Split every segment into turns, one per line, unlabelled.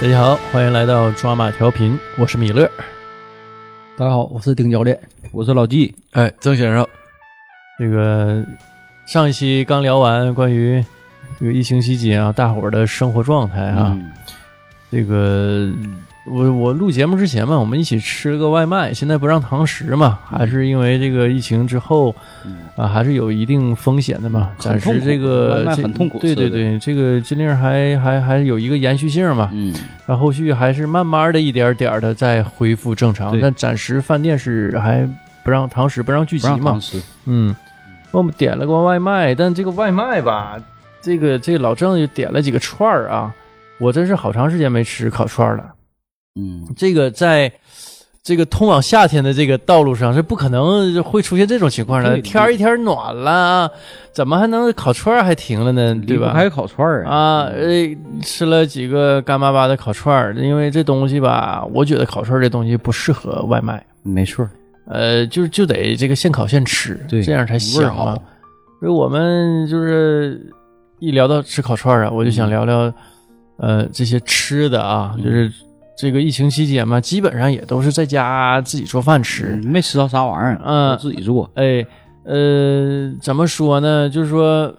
大家好，欢迎来到抓马调频，我是米勒。
大家好，我是丁教练，我是老纪。
哎，郑先生，
这个上一期刚聊完关于这个疫情期间啊，大伙儿的生活状态啊，这个我我录节目之前嘛，我们一起吃个外卖，现在不让堂食嘛，还是因为这个疫情之后啊，还是有一定风险的嘛。
很
暂
痛
时
苦
这
外
个
卖
这
很痛苦
对对
吃的
对，这个禁令还还还有一个延续性嘛，
嗯，
那后续还是慢慢的一点点的再恢复正常，
对
但暂时饭店是还不让堂食，不让聚集
不让
嘛
堂。食，
嗯，我们点了个外卖，但这个外卖吧，这个这个老郑就点了几个串儿啊，我真是好长时间没吃烤串儿了。
嗯，
这个在这个通往夏天的这个道路上是不可能会出现这种情况的。
对
天儿一天儿暖了，怎么还能烤串儿还停了呢？
嗯
对吧？
还有烤串儿，嗯
啊，呃，吃了几个干巴巴的烤串儿，因为这东西吧，我觉得烤串儿这东西不适合外卖，
没错，
呃，就就得这个现烤现吃，
对
这样才
味儿
香嘛
好。
所以我们就是一聊到吃烤串儿啊，我就
嗯
想聊聊，呃，这些吃的啊，就是
嗯
这个疫情期间嘛，基本上也都是在家自己做饭吃，
没吃到啥玩意儿，
嗯
我自己做，
哎，呃，怎么说呢？就是说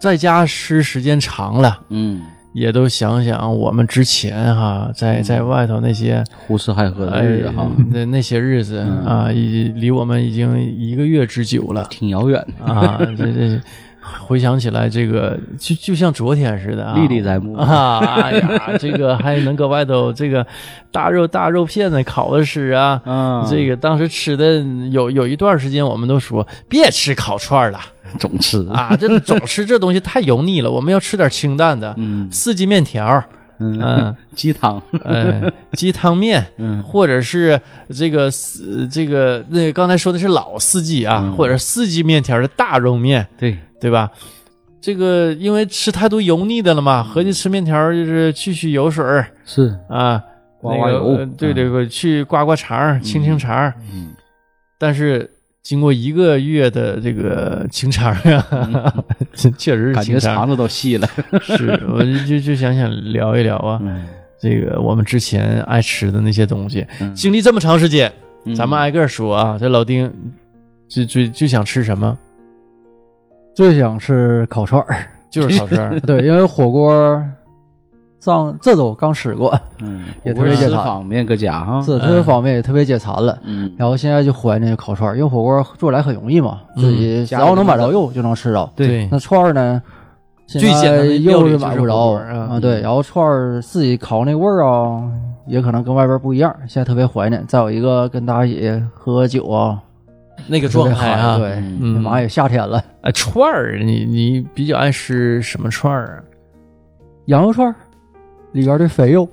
在家吃时间长了。
嗯，
也都想想我们之前哈，在在外头那些
胡吃海喝嗯的
哎
日子哈，嗯
那那些日子啊，已离我们已经一个月之久 了
挺遥远的，
啊，这这。回想起来，这个就就像昨天似的啊，
历历在目
啊！哎呀，这个还能搁外头这个大肉大肉片子烤着吃啊，
嗯
这个当时吃的有有一段时间，我们都说别吃烤串了
总吃，
啊，这总吃这东西太油腻了，我们要吃点清淡的，
嗯
四季面条，嗯
嗯， 鸡汤，
呃，鸡汤面，
嗯
或者是这个四这个那刚才说的是老四季啊，
嗯
或者四季面条的大肉面，
对，
对吧？这个因为吃太多油腻的了嘛，合计吃面条就是去去油水儿
是
啊，
刮
那
刮
个
油
呃对对对，去刮刮肠儿、清清肠儿。
嗯，
但是经过一个月的这个清肠儿啊， 这确实是
嗯感
清
觉
肠
肠子都细了，
儿，是我就就就想想聊一聊啊。
嗯，
这个我们之前爱吃的那些东西，
嗯
经历这么长时间，
嗯
咱们挨个说啊。这老丁最最最想吃什么？
最想吃烤串儿，
就是烤串儿
对，因为火锅上这周刚吃过，
嗯，
也
火锅
特别
吃
健康
方便搁家
嗯
哈，
是特别方便，也特别解馋了。
嗯，
然后现在就怀念烤串儿，因为火锅做来很容易嘛，
嗯
自己只要能买着肉就能吃着。
对
那串儿呢，现
最简单
在
的料
又
理
是
就是
买不
火
着
锅啊
啊，对。然后串儿自己烤那味儿啊，也可能跟外边不一样，现在特别怀念。再有一个跟大家一起喝酒啊，
那个状态啊
特。别嗨对，
嗯
妈也夏天了，
啊，串儿，你你比较爱吃什么串儿啊
羊肉串儿里边的肥肉，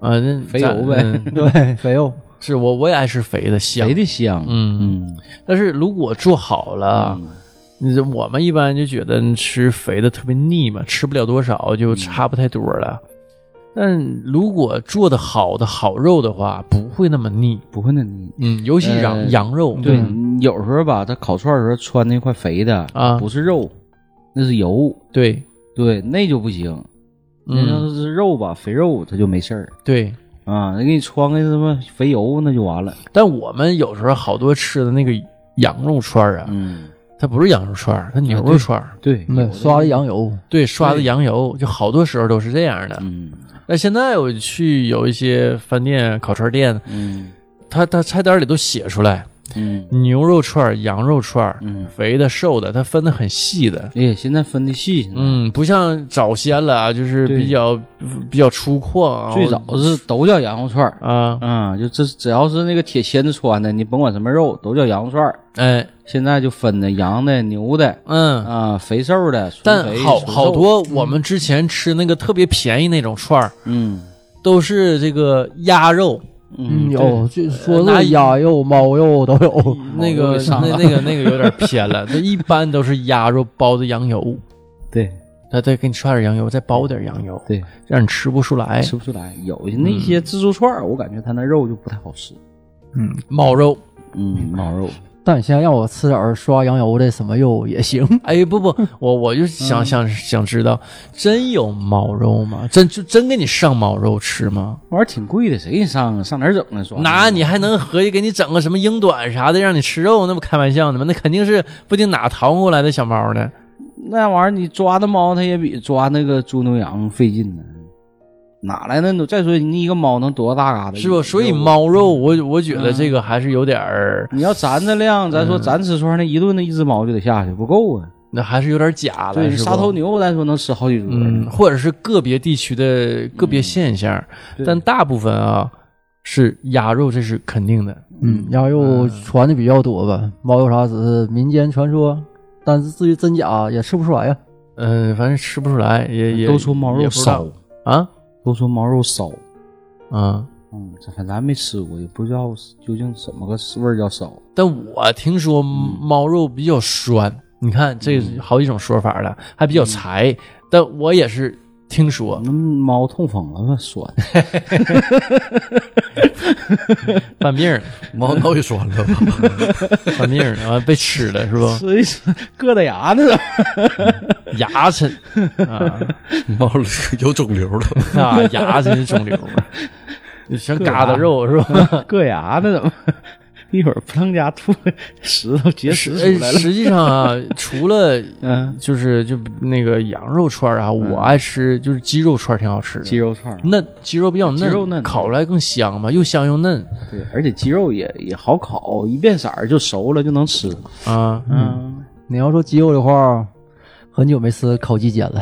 啊？啊，那
肥油呗
咱嗯
对，肥肉。
是我我也爱吃肥的香
谁。的香，
嗯，
嗯啊
但是如果做好了，你这我们一般就觉得吃肥的特别腻嘛，吃不了多少就差不太多了。但如果做的好的好肉的话，不会那么腻。
不会那你
嗯，尤其羊、
呃
羊肉，
对，
嗯
你有时候吧，他烤串儿的时候穿那块肥的
啊
不是肉，那是油，
对，
对，那就不行。那要
嗯
是肉吧，肥肉它就没事儿
对。
啊。那给你穿个什么肥油，那就完了。
但我们有时候好多吃的那个羊肉串儿啊，
嗯，啊
它不是羊肉串儿，它牛肉串儿，
对，有
那
的
嗯刷的羊油，
对，刷的羊油，就好多时候都是这样的。
嗯
那现在我去有一些饭店、烤串店，
嗯
它它菜单里都写出来
嗯
牛肉串儿、羊肉串儿，
嗯。
肥的、瘦的，它分的很细的。
哎呀，现在分的细，现在，
嗯，不像早先了啊，就是
对
比较比较粗犷啊。
最早是都叫羊肉串儿
啊，
啊，就这只要是那个铁签子穿的，你甭管什么肉，都叫羊肉串儿。
哎，
现在就分的羊的、牛的
嗯，
啊，肥瘦的，纯
但
肥
好
纯
好
瘦，
多我们之前吃那个特别便宜那种串儿，
嗯
都是这个鸭肉，
嗯，对
有就说
拿
是鸭肉、猫肉都有，
那
我
个
又上
那
了
那个那个有点偏 了，那一般都是鸭肉包的羊油，
对
他再给你刷点羊油，再包点羊油，
对，
让你吃不出来。
吃不出来。有那
嗯
嗯些自助串儿，我感觉它那肉就不太好吃。
猫肉
嗯，猫肉
但你现在让我吃点儿刷羊油的什么肉也行，
哎，不不，我我
嗯
就想、想想知道，真有猫肉吗？真就真给你上猫肉吃吗？
那玩意儿挺贵的，谁给你上啊？上哪儿整啊？说
那你还能合计给你整个什么英短啥的让你吃肉？那不开玩笑呢吗？那肯定是不定哪淘过来的小猫呢。
那玩意儿你抓的猫，它也比抓那个猪牛羊费劲呢。哪来那么多？再说你一个猫能多大嘎达？
是不？所以猫肉，我我觉
嗯
得这个还是有点儿，
啊你要咱这量，咱说
嗯
咱吃串儿那一顿那一只猫就得下去，不够啊。
那还是有点假
对，
的，
你
是
杀头
不？
牛，咱说能吃好几桌
嗯，
呢。
或者是个别地区的个别现象，
对
但大部分啊是鸭肉，这是肯定的。
嗯，鸭肉传的比较多吧，猫肉啥只是民间传说，但是至于真假也吃不出来呀。
嗯，反正吃不出来，也也
嗯都说猫
也
肉
不知道
骚，
啊
都说猫肉骚。
啊！
嗯，这反正咱没吃过，也不知道究竟怎么个味儿叫骚。
但我听说猫肉比较酸，你看这好几种说法了，还比较柴。但我也是听说，
那猫痛风了吧？酸。
犯病儿，
猫脑也酸 了吧？
犯病儿，完被吃了是不？
吃一吃，硌着牙呢。
牙 碜啊
猫有肿瘤了，
啊，牙碜是肿瘤啊，你像疙瘩 肉是吧？
硌牙呢，怎么？ 一会儿扑棱家吐石头结石
实
出来了。
实际上啊，除了
嗯，
就是就那个羊肉串儿啊，我爱吃就是鸡肉串儿挺好吃的，
鸡肉串儿，
嫩，鸡肉比较嫩，
鸡肉嫩
烤出来更香嘛，又香又嫩
对，而且鸡肉也也好烤，一变色儿就熟了就能吃。
啊。
嗯，
你要说鸡肉的话，很久没吃烤鸡肩了，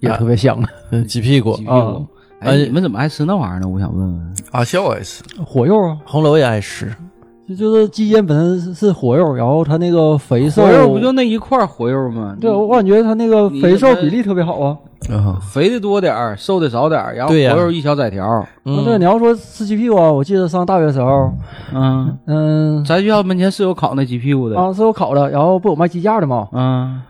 也
啊
特别香。
嗯，鸡屁股
鸡，屁
啊
股。哎，你们怎么爱吃那玩意儿呢？我想问问。
阿笑爱吃，
火肉啊，
红楼也爱吃。
就就是鸡肩本身是是火肉，然后它那个肥瘦，
火肉不就那一块儿火肉吗？
对我感觉它那个肥瘦比例特别好啊。
嗯
啊，
肥的多点儿，瘦的少点儿，然后
对呀
火肉一小窄条儿。
那对，你要说吃鸡屁股啊，我记得上大学的时候，
嗯，
嗯
咱学校门前是有烤那鸡屁股的。
啊是有烤的，然后不有卖鸡架的吗？
嗯，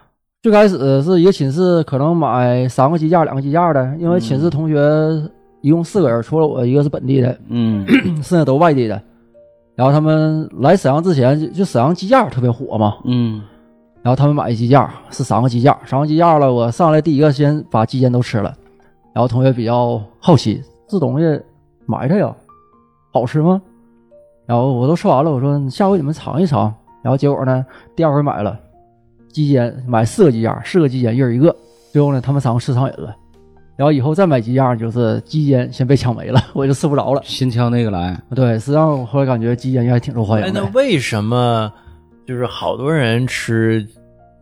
最开始是一个寝室可能买三个鸡架、两个鸡架的，因为寝室同学一共四个人，除了我一个是本地的，
嗯，
剩下都外地的。然后他们来沈阳之前，就就沈阳鸡架特别火嘛，
嗯，
然后他们买一鸡架是三个鸡架，三个鸡架了，我上来第一个先把鸡肩都吃了，然后同学比较好奇这东西埋汰呀，好吃吗？然后我都吃完了，我说你下回你们尝一尝。然后结果呢，第二回买了鸡肩，买四个鸡架，四个鸡肩一人一个，最后呢他们三个吃上瘾了，然后以后再买鸡架就是鸡肩先被抢没了，我就吃不着了。
先挑那个来。
对，实际上我后来感觉鸡肩应该挺受欢
哎
迎，
那
的。
为什么就是好多人吃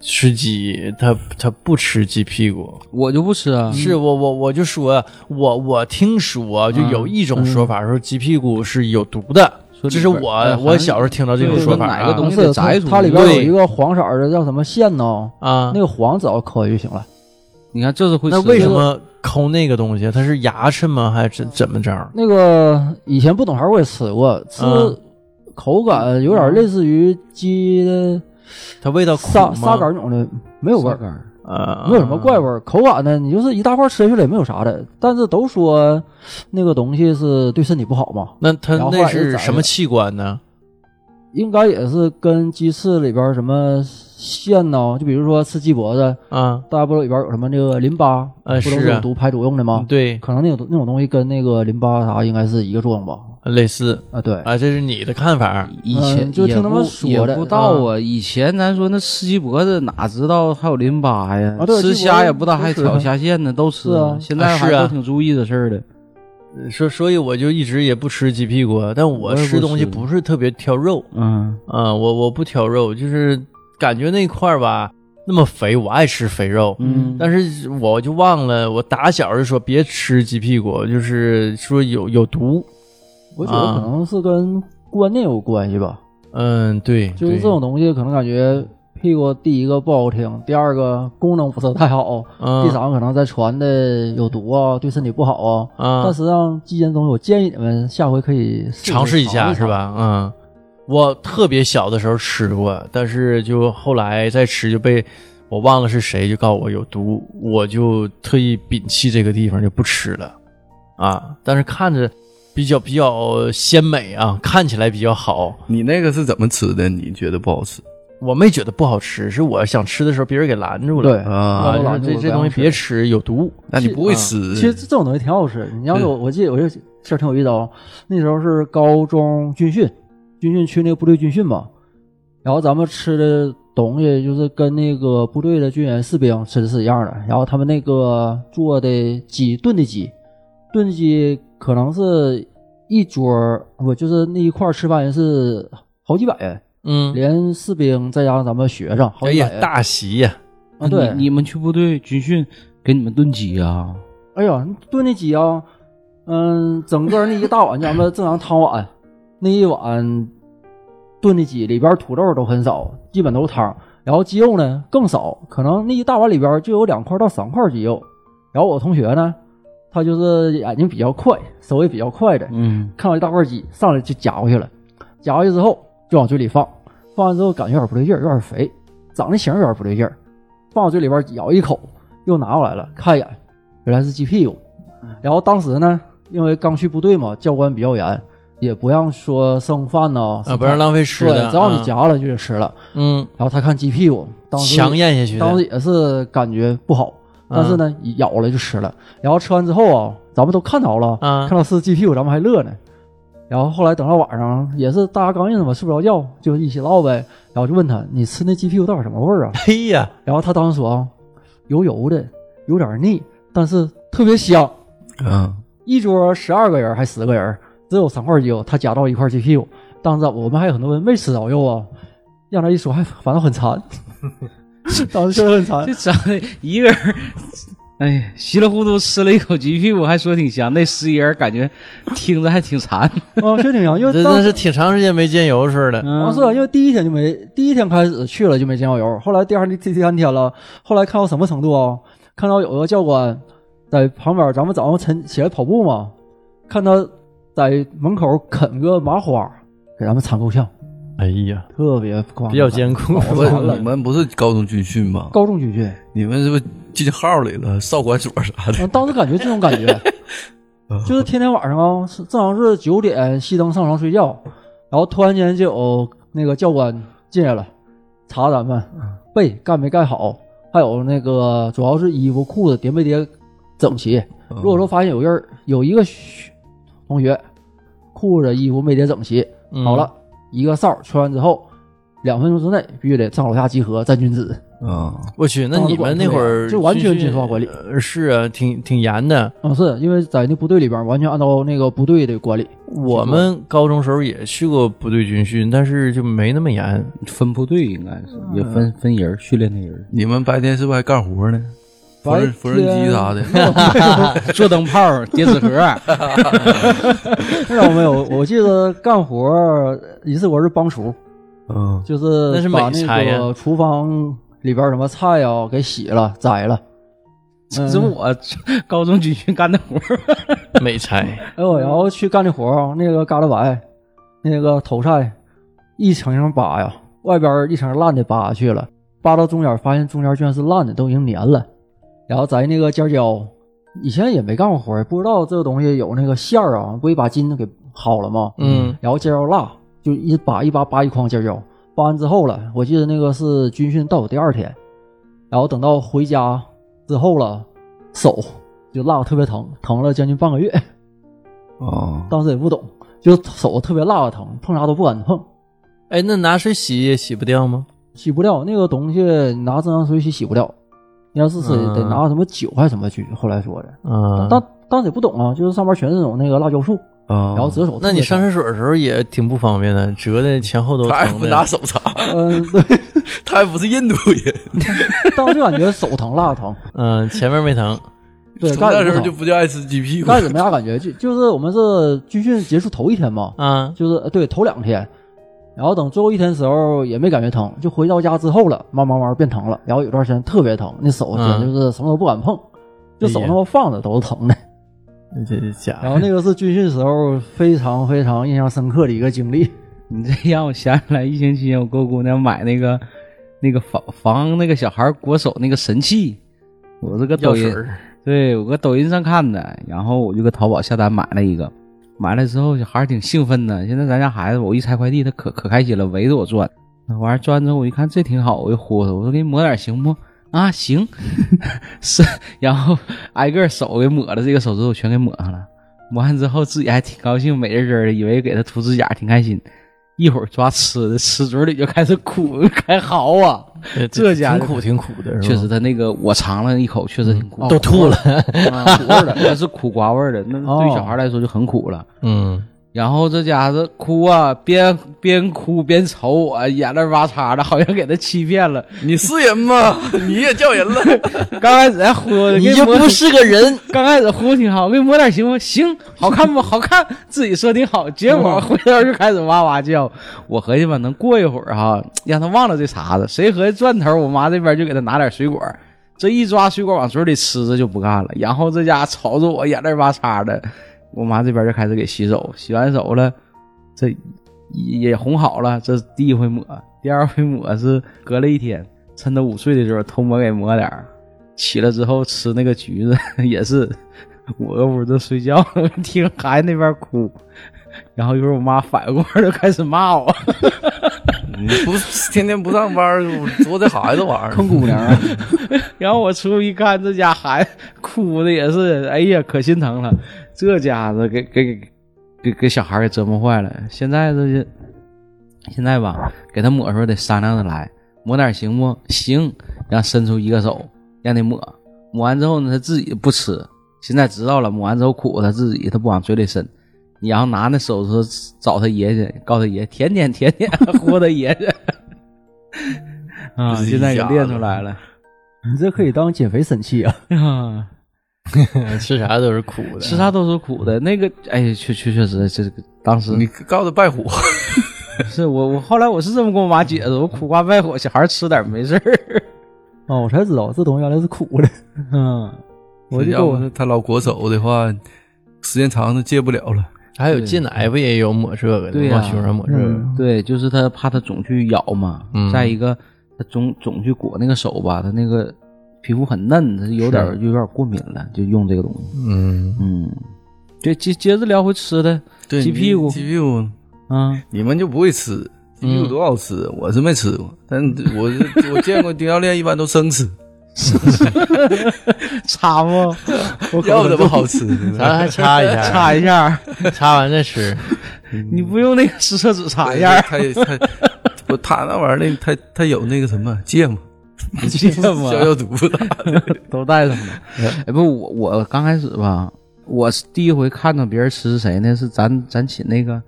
吃鸡，他他不吃鸡屁股？
我就不吃啊，
嗯是我我我就说，我我听说就有一种说法说鸡屁股是有毒的，
说里边
这是我、
哎
我小时候听到这种
对
说法
说哪
啊
个东西
是
得摘出来
它里边有
对
一个黄色儿的叫什么线呢？
啊
那。个黄只要磕就行了。
你看这是会吃
那
的。
为什么抠那个东西？它是牙碜吗？还是怎么着？
那个以前不懂事儿我也吃过，吃
嗯
口感有点类似于鸡的
它味道嗯苦
沙
吗？
沙杆儿那种的，没有味
味
儿，
儿？
啊，
没有什么怪味儿。口感呢，你就是一大块吃下去了也没有啥的，但是都说那个东西是对身体不好嘛，
那它
然后
那
还是
是
宰
什么
的
器官呢？
应该也是跟鸡翅里边儿什么腺呢，就比如说吃鸡脖子，
啊，
大家不知道里边儿有什么那个淋巴，
呃
不都
是
是
啊嗯
有毒排毒用的吗？
对，
可能那种那种东西跟那个淋巴啥应该是一个作用吧？
类似
啊，对，
啊，这是你的看法
以前、
嗯就听他们
也不
说
也
的
不到啊。以前咱说那吃鸡脖子，哪知道还有淋巴呀？
啊对
吃
鸡脖
虾
子
也不大还
都吃
挑虾线呢，都吃
是
啊。
啊
现在
啊
还
是啊
都挺注意这事儿的。
所所以我就一直也不吃鸡屁股，但
我
我
也不
吃东西
吃
不是特别挑肉
嗯，
啊，我我不挑肉，就是感觉那块儿吧那么肥，我爱吃肥肉，
嗯
但是我就忘了，我打小就说别吃鸡屁股，就是说有有毒，
我觉
啊
得可能是跟观念有关系吧，
嗯，对，
就是
对
这种东西可能感觉屁股第一个不好听，第二个功能不是太好，
嗯
第三个可能再传的有毒啊，对身体不好啊。
啊，
但实际上，基因东西我建议你们下回可以试
尝试
试
一下是？吧？嗯，我特别小的时候吃过，但是就后来再吃就被我忘了是谁就告诉我有毒，我就特意摒弃这个地方就不吃了啊。但是看着比较比较鲜美啊，看起来比较好。
你那个是怎么吃的？你觉得不好吃
我没觉得不好吃，是我想吃的时候别人给拦住了。
对
啊？
啊，就是这这东西别吃，有毒。
那你不会吃？
其实这种东西挺好吃。你要是我，我记得有一个事儿挺有意思啊。那时候是高中军训，军训去那个部队军训嘛，然后咱们吃的东西就是跟那个部队的军人士兵吃的是一样的。然后他们那个做的鸡炖的鸡，炖鸡可能是一桌儿，不就是那一块儿吃饭人是好几百人，
嗯，
连士兵再加上咱们学生，好
哎
几
呀
百，人。
大喜呀！
啊，对，
你你们去部队军训给你们炖鸡啊？
哎呀，炖那鸡啊，嗯，整个那一大碗，咱们正常汤碗，那一碗炖的鸡里边土豆都很少，基本都是汤。然后鸡肉呢更少，可能那一大碗里边就有两块到三块鸡肉。然后我同学呢，他就是眼睛比较快，手也比较快的，
嗯，
看到一大块鸡，上来就夹过去了。夹过去之后就往嘴里放，放完之后感觉有点不对劲儿，有点肥，长得形儿有点不对劲儿，放我嘴里边咬一口，又拿过来了，看一眼，原来是鸡屁股。
嗯
然后当时呢，因为刚去部队嘛，教官比较严，也不让说剩饭呐、
啊，不让浪费吃
对，
的。
只要你
啊，
夹了就得吃了。
嗯，
然后他看鸡屁股，当时
强咽下去的。
当时也是感觉不好，但是呢，咬了就吃了。然后吃完之后啊，咱们都看着了，
啊
看到是鸡屁股，咱们还乐呢。然后后来等到晚上，也是大家刚认识嘛，睡不着觉，就一起唠呗。然后就问他：“你吃那鸡屁股到底什么味儿啊
嘿呀，？”
然后他当时说：“啊，油油的，有点腻，但是特别香。
啊，
一桌十二个人还十个人，只有三块鸡肉，他夹到一块鸡屁股。当时我们还有很多人没吃着肉啊，让他一说还反倒很馋，当时确实 很馋。
这长得一个人，哎呀，稀里糊涂吃了一口鸡屁股，还说挺香。那十一人感觉听着还挺馋。
哦，确实挺香，因为
这
当
真是挺长时间没见油似的。
啊，
嗯
是啊，因为第一天就没，第一天开始去了就没见到油，后来第二天、第第三天了，后来看到什么程度啊？看到有个教官在旁边，咱们早上晨起来跑步嘛，看他在门口啃个麻花，给咱们馋够呛，
哎呀，
特别夸张
比较艰苦。
我
啊不是
馋了
你们不是高中军训吗？
高中军训，
你们是不是进号里了？少管所啥的？
嗯当时感觉这种感觉，就是天天晚上啊，是正常是九点熄灯上床睡觉，然后突然间就有那个教官进来了，查咱们被盖没盖好，还有那个主要是衣服裤子叠没叠整齐。如果说发现有人有一个学同学裤子衣服没叠整齐，
嗯
好了，一个哨吹完之后，两分钟之内必须得上楼下集合站军姿。
啊，
我去，那你们那会儿
这完全
军训
军法管理
呃是啊，挺挺严的。
啊，是因为在那部队里边完全按照那个部队的管理。
我们高中时候也去过部队军训，但是就没那么严。
分部队应该是也
嗯
分分人训练的人，
你们白天是不是还干活呢？缝纫缝纫机啥的，
做灯泡、叠纸盒。
嗯
那倒没有，我记得干活儿一次活是帮厨，
嗯，
就是
那是美
把
差
那
呀
个厨房里边儿什么菜呀、给洗了、摘了。
这是我高中军训干的活儿。
没拆，
哎呦，然后去干这活儿啊，那个嘎达白，那个头菜，一层一层扒呀，外边儿一层烂的扒下去了，扒到中间儿发现中间儿居然是烂的，都已经粘了。然后在那个尖椒，以前也没干过活儿，不知道这个东西有那个馅儿啊，不一把筋给薅了吗？
嗯
然后尖椒辣，就一扒一扒扒一筐尖椒，扒完之后了，我记得那个是军训到第二天，然后等到回家之后了，手就辣得特别疼，疼了将近半个月。
啊，
当时也不懂，就手特别辣的疼，碰啥都不敢碰，
哎，那拿水洗也洗不掉吗？
洗不掉那个东西，你拿正常水洗洗不掉，你要是水
嗯
得拿什么酒还是什么去，后来说的。
嗯
啊，
当当时也不懂啊，就是上面全是那种那个辣椒素，
然
然后折手特别疼。
那你上厕所的时候也挺不方便的，折的前后都
他还
疼
不拿
的。
手擦，
嗯，对，
他还不是印度人，
当时就感觉手疼辣 疼，
嗯，前面没疼。
对，
从
干
那
什
时
么
候
疼
就不叫爱吃鸡屁股。
干什么啥感觉，就就是我们是军训结束头一天
嗯
嘛，
啊，
就是呃对头两天，然后等最后一天时候也没感觉疼，就回到家之后了，慢慢慢慢变疼了，然后有段时间特别疼，那手
嗯
简直就是什么都不敢碰，就手
哎呀
他妈放着 都是疼的。
这这假的。
然后那个是军训时候非常非常印象深刻的一个经历，
你这让我想起来，疫情期间我给我姑娘买那个那个防防那个小孩裹手那个神器，我这个
药
抖
水
音
儿
对我搁抖音上看的，然后我就搁淘宝下单买了一个，买来之后还是挺兴奋的。现在咱家孩子，我一拆快递，他可可开心了，围着我转。那玩意儿转完之后，我一看这挺好，我就呼他，我说给你抹点行不？啊，行， 是，然后挨个手给抹了，这个手指头全给抹上了。抹完之后自己还挺高兴，美滋滋的，以为给他涂指甲挺开心。一会儿抓吃的，吃嘴里就开始苦，开嚎啊！
呃
这家
挺苦挺苦的，是吧？嗯
确实，，他那个我尝了一口，确实挺苦，
哦
哦
都吐了。
啊苦味儿的，它是苦瓜味儿的，那对于小孩来说就很苦了。
嗯，
然后这家子哭啊，边边哭边哎瞅我，眼泪哇嚓的，好像给他欺骗了。
你是人吗？你也叫 人了，
刚开始还忽悠的，
你
给
就
抹
不是个人。
刚开始忽悠挺好，我给你抹点行吗？行，好看不好看，自己说挺好，结果回头就开始哇哇叫。我合计吧，能过一会儿哈、让他忘了这茬子。谁合计转头，我妈这边就给他拿点水果，这一抓水果往嘴里吃，这就不干了。然后这家瞅着我眼泪巴嚓的，我妈这边就开始给洗手，洗完手了，这也哄好了。这第一回抹，第二回抹是隔了一天，趁他午睡的时候偷摸给抹点儿。起来之后吃那个橘子， 也是我搁屋子睡觉， 听孩子那边哭，然后一会儿我妈反过来就开始骂我，
你不是天天不上班，我捉这孩子玩儿，
坑姑娘啊！
然后我出去一看，这家孩子哭的也是，哎呀，可心疼了，这家子给给给给给小孩给折磨坏了。现在这就现在吧，给他抹的时候得商量着来，抹点行不行？然后伸出一个手让你抹，抹完之后呢，他自己不吃。现在知道了，抹完之后苦他自己，他不往嘴里伸。你然后拿那手指头找他爷去，告他爷舔舔舔舔， 呼他爷去。啊，现在给练出来了。
你这可以当减肥神器啊！
啊，
吃啥都是苦的，
吃啥都是苦的。那个，哎，确确确实，这个当时
你告诉拜虎，
是我我后来我是这么跟我妈解释，我苦瓜败火，小孩吃点没事儿。
哦，我才知道这东西原来是苦的。
嗯，
我就
要
跟
不
我
是他老裹手的话，时间长了戒不了了。
还有戒奶不也有抹这个
对
的，
呀
往胸上抹这个。
嗯
对，就是他怕他总去咬嘛，
嗯
再一个他总总去裹那个手吧，他那个皮肤很嫩，他有点有点过敏了，就用这个东西。
嗯，
嗯，接接接着聊回吃的
对，
鸡屁股
鸡屁股，
啊，
你们就不会吃鸡屁股多好吃，我是没吃过，但我我见过丁教练一般都生吃，
擦不？ 我
要怎么好吃？
咱还啊 擦一下，
擦一下，
擦完再吃。
你不用那个湿厕纸擦一下，
他也他不他那玩意儿那他他有那个什么芥末
你记得吗？
消消毒的，
都带上了。 哎，不，我我刚开始吧，我是第一回看到别人吃是谁呢？是咱咱寝那个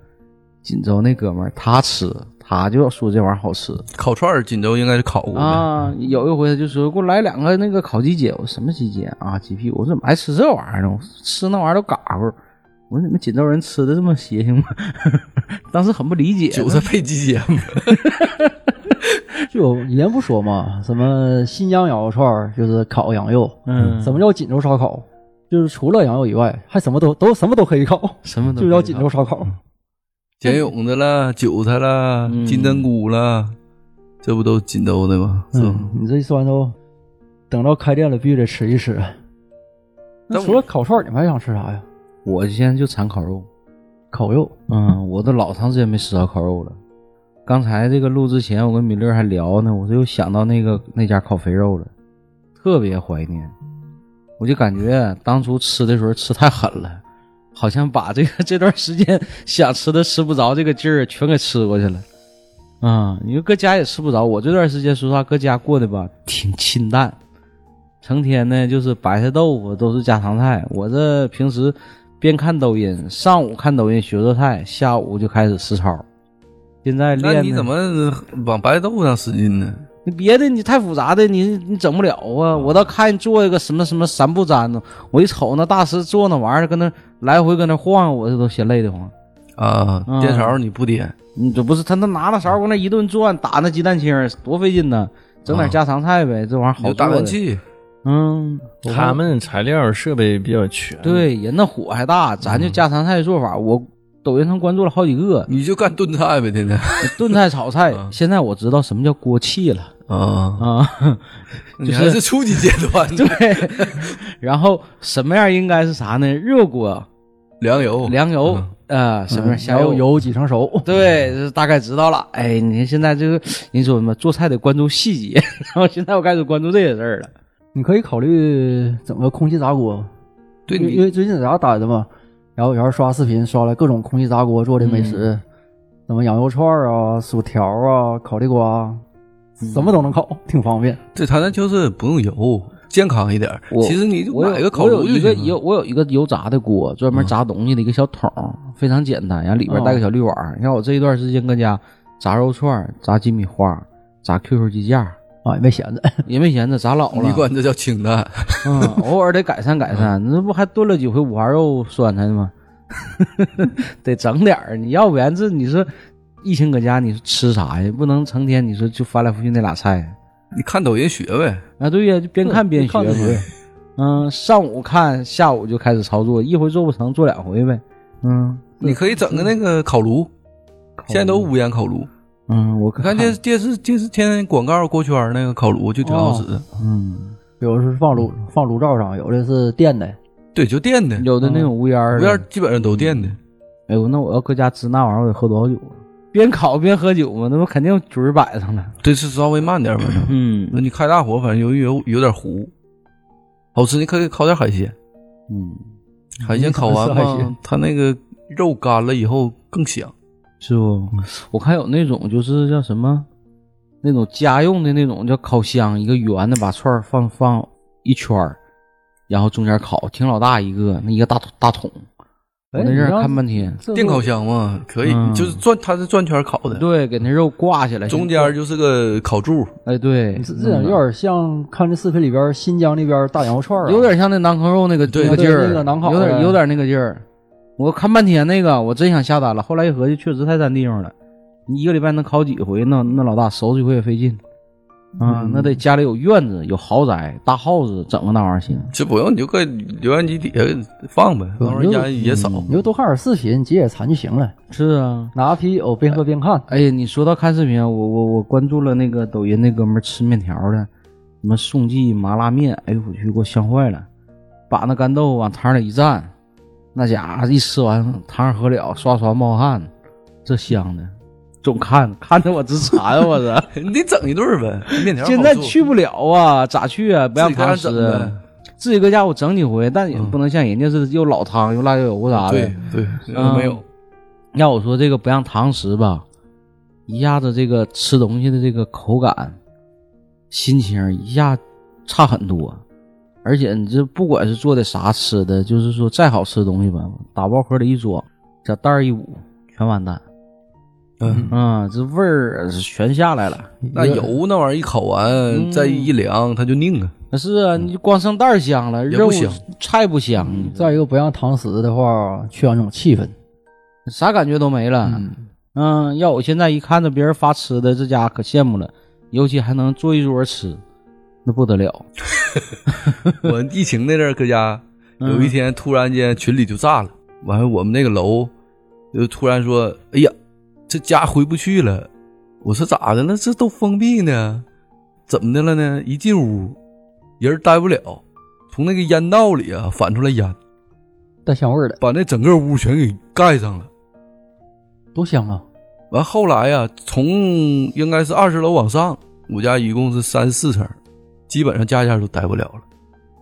锦州那哥们儿，他吃，他就说这玩意儿好吃
烤串儿锦州应该是烤过的，
啊。有一回他就说给我来两个那个烤鸡节，我说什么鸡节啊？鸡屁股，我怎么还吃这玩意儿呢？我吃那玩意儿都嘎咕。我说你们锦州人吃的这么邪性吗？ 当时很不理解，
韭菜配鸡节嘛，
就有以前不说嘛，什么新疆羊肉串儿就是烤羊肉，
嗯
什么叫锦州烧烤？就是除了羊肉以外，还什么都都什么都可以烤，
什么都
就
不
叫
知
锦
道
州烧烤。
碱涌的啦，韭菜啦，
嗯
金针菇啦，这不都锦州的吗？是吧？
嗯，你这一说完都，等到开店了必须得吃一吃。那
但
除了烤串儿，你们还想吃啥呀？
我现在就馋烤肉。
烤肉，
嗯，我都老长时间没吃到烤肉了。刚才这个录之前，我跟米勒还聊呢，我就又想到那个那家烤肥肉了，特别怀念。我就感觉当初吃的时候吃太狠了，好像把这个 这段时间想吃的吃不着这个劲儿全给吃过去了。啊、你说搁家也吃不着，我这段时间说实话，搁家过的吧挺清淡，成天呢就是白菜豆腐都是家常菜。我这平时边看抖音，上午看抖音学做菜，下午就开始实操。现 在练
那
呢
你怎么往白豆腐上使劲呢？
你别的你太复杂的你你整不了啊！我倒看做一个什么什么三不粘呢，我一瞅那大师做那玩意儿，跟那来回跟那晃，我这都嫌累得慌。
啊
嗯，
颠勺你不颠，
你这不是他那拿了勺往那一顿转，打那鸡蛋清儿多费劲呢！整点家常菜呗，这玩意儿
你
好
就
做
啊打
的
蛋器，
嗯，
他们材料设备比较全，，
嗯
对，人那火还大，咱就家常菜做法，我抖音上关注了好几个
你就干炖菜呗，天天
炖菜、炒菜。
嗯
现在我知道什么叫锅气了
啊。
啊。
你还是初级阶段，
对，然后什么样应该是啥呢？热锅、
凉油，
凉油
嗯，
啊，什么样
然
下
后
肉
有几成熟，
对，就是大概知道了。哎，你看现在就是你说什么做菜得关注细节， 然后现在我开始关注这些事儿了。
你可以考虑整个空气炸锅，
对
因为因
你
为最近在家待着嘛，然后有人刷视频刷了各种空气炸锅做的美食，什么羊肉串儿啊、薯条啊、烤地瓜，什么都能烤，挺方便。
对它那就是不用油，健康一点儿。
我
其实你就
我
买
有
个烤
我有
炉就
一个
行了嗯
有我有一个油炸的锅，专门炸东西的一个小桶，非常简单，然后里边
哦
带个小滤网。你看我这一段时间搁家炸肉串儿、炸金米花儿、炸 QQ 鸡架儿，
啊，也没闲着，
也没闲着，炸老
你
了。
管这叫清淡，
嗯，偶尔得改善改善，那不还炖了几回五花肉酸菜吗？ 得整点儿，你要不然这你说疫情搁家，你说吃啥呀？不能成天你说就翻来覆去那俩菜
你看抖音学呗。
啊！对呀，就边看边学
看着
呗。嗯，上午看，下午就开始操作，一回做不成做两回呗。嗯，
你可以整个那个烤炉，现在都无烟烤炉。
嗯，我
你 看电电视电视天天广告锅圈儿那个烤炉就挺好使的，
嗯，
有的是放炉放炉灶上，有的是电的，
哎
对，就电的，
有的那种无烟儿
无
的，
烟儿基本上都电的。
哎呦，那我要搁家吃那玩意儿，我得喝多少酒啊？边烤边喝酒嘛，那不肯定局儿摆上了。
对，是稍微慢点儿，反正。
嗯
那你开大火，反正由于有有点糊，好吃。你可以烤点海鲜，
嗯，
海鲜烤完
没啥吃海
嘛，它那个肉干了以后更香。
是不？
嗯
我看有那种就是叫什么，那种家用的那种叫烤箱，一个圆的，把串儿放放一圈儿，然后中间烤，挺老大一个，那一个大桶大桶，我
哎
那
你
阵儿
让
看半天。
电烤箱嘛，可以，
嗯
就是转，它是转圈烤的，
对，给那肉挂起来，
中间儿就是个烤柱，
哎，对，
这这有点像看这视频里边儿新疆那边儿大羊肉串儿
嗯
啊，
有点像那馕坑肉那个
对
那个劲儿，
对那个馕烤
有点
的
有点那个劲儿。我看半天那个，我真想下单了，后来一合计，确实太占地方了。你一个礼拜能烤几回？那那老大收拾一回也费劲啊！那
嗯
得家里有院子，有豪宅，大 house，整个那玩意儿行。
这不用你就搁留言机底下放呗，
对
到时候烟也少。
嗯
你就多看点视频解解馋就行了，
是啊，
拿啤酒边喝边看。
哎呀，你说到看视频啊，我我我关注了那个抖音那哥们儿吃面条的，什么宋记麻辣面，哎呦我去，给我香坏了！把那干豆往汤里一蘸，那家伙一吃完汤喝了，刷刷冒汗，这香的，总看看得我直馋，啊我 操！
你得整一顿儿呗，面条好
现在
做
去不了啊，咋去啊？不
自
让
己搁
他
家
吃啊
整，呗。嗯
自己搁家我整几回，但也不能像人家是又老汤又辣椒油啥的。
对对，
嗯
没有，
要我说这个不让堂食吧，一下子这个吃东西的这个口感、心情一下差很多。而且你这不管是做的啥吃的，就是说再好吃的东西吧，打包盒里一装，小袋儿一捂，全完蛋。
嗯，
啊、这味儿全下来了。
那油那玩意儿一烤
嗯
完，再一凉，它就拧啊。
那是啊，你光剩袋儿香了，
也
肉
不香嗯
菜不香，
再一个，不让堂食的话，缺少那种气氛。
啥感觉都没了。嗯，要我现在一看着别人发吃的，这家可羡慕了，尤其还能坐一桌吃，那不得了。
我疫情那阵儿搁家，有一天突然间群里就炸了，完了我们那个楼就突然说：“哎呀，这家回不去了。”我说咋的了？这都封闭呢，怎么的了呢？一进屋，人儿待不了，从那个烟道里啊反出来烟，
带香味儿的，
把那整个屋全给盖上了。
多香啊！
完后来呀、从应该是二十楼往上，我家一共是三四层，基本上家家都待不了了，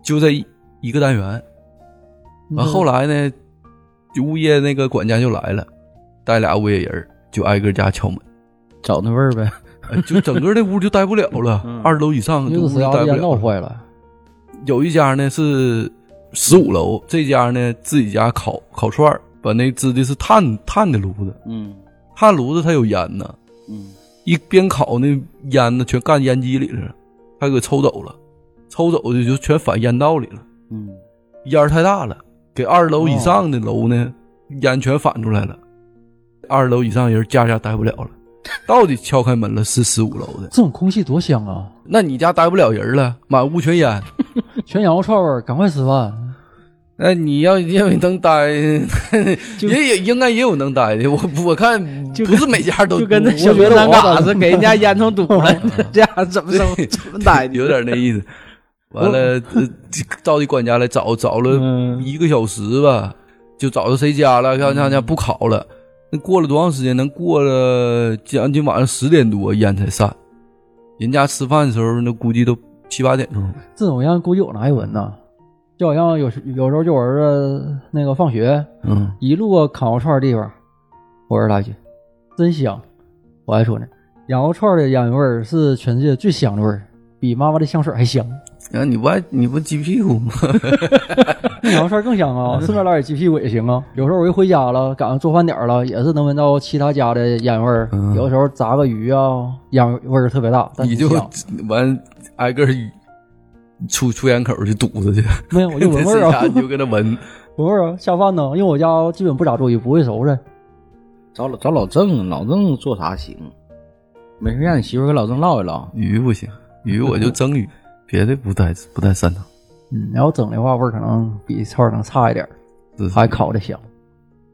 就这一一个单元。
嗯
完后来呢，就物业那个管家就来了，带俩物业人儿就挨个家敲门，
找那味儿呗。
哎就整个这屋就待不了了，二楼以
嗯
上
女
这
子
屋就
死要
待不
烟哎闹
了了。
坏了，
有一家呢是十五楼，这家呢自己家烤烤串儿，把那支的是炭炭的炉子，
嗯
炭炉子它有烟呢，
嗯，
一边烤那烟呢，全干烟机里了，他给抽走了，抽走的就全反烟道里了，
嗯，
烟儿太大了，给二楼以上的楼
哦
呢，烟全反出来了，二楼以上人家家待不了了，到底敲开门了是十五楼的，
这种空气多香啊！
那你家待不了人了，满屋全烟，
全羊肉串味儿，赶快吃饭。
那你要因为能 待，也也应该也有能待的，我我看不是每家 都
就跟那小
我觉
云
得
南
我
嘎子给人家烟囱堵了，这样怎么生怎么待的？
有点那 意思。完了，呃到底管家来找找了
嗯
一个小时吧，就找到谁家了，让让
嗯
家不烤了。那过了多长时间？能过了将近晚上十点多，烟才散。人家吃饭的时候，那估计都七八点钟。
这种烟估计我哪有闻呢？就好像有时有时候就我儿子那个放学
嗯，
一路过烤羊肉串的地方，我儿子来一句：“真香！”我还说呢，羊肉串的烟味儿是全世界最香的味儿，比妈妈的香水还香。
然后你不爱你不鸡屁股吗？
那羊肉串更香啊，顺便来点鸡屁股也行啊。有时候我一回家了，赶上做饭点儿了，也是能闻到其他家的烟味儿。
嗯
有的时候炸个鱼啊，烟味儿特别大，但
你
挺
就
香
完挨个儿出出烟口去堵着去，
没有，我就闻味儿 啊
在，家你就搁那闻。
闻味儿啊。下饭呢，因为我家基本不咋做鱼，不会收拾。
找老找老郑，老郑做啥行？没事，让你媳妇儿跟老郑唠一唠。
鱼不行，鱼我就蒸鱼，别的不带不带擅长。
嗯，然后整的话味儿可能比串儿能差一点儿，
这
还烤的香。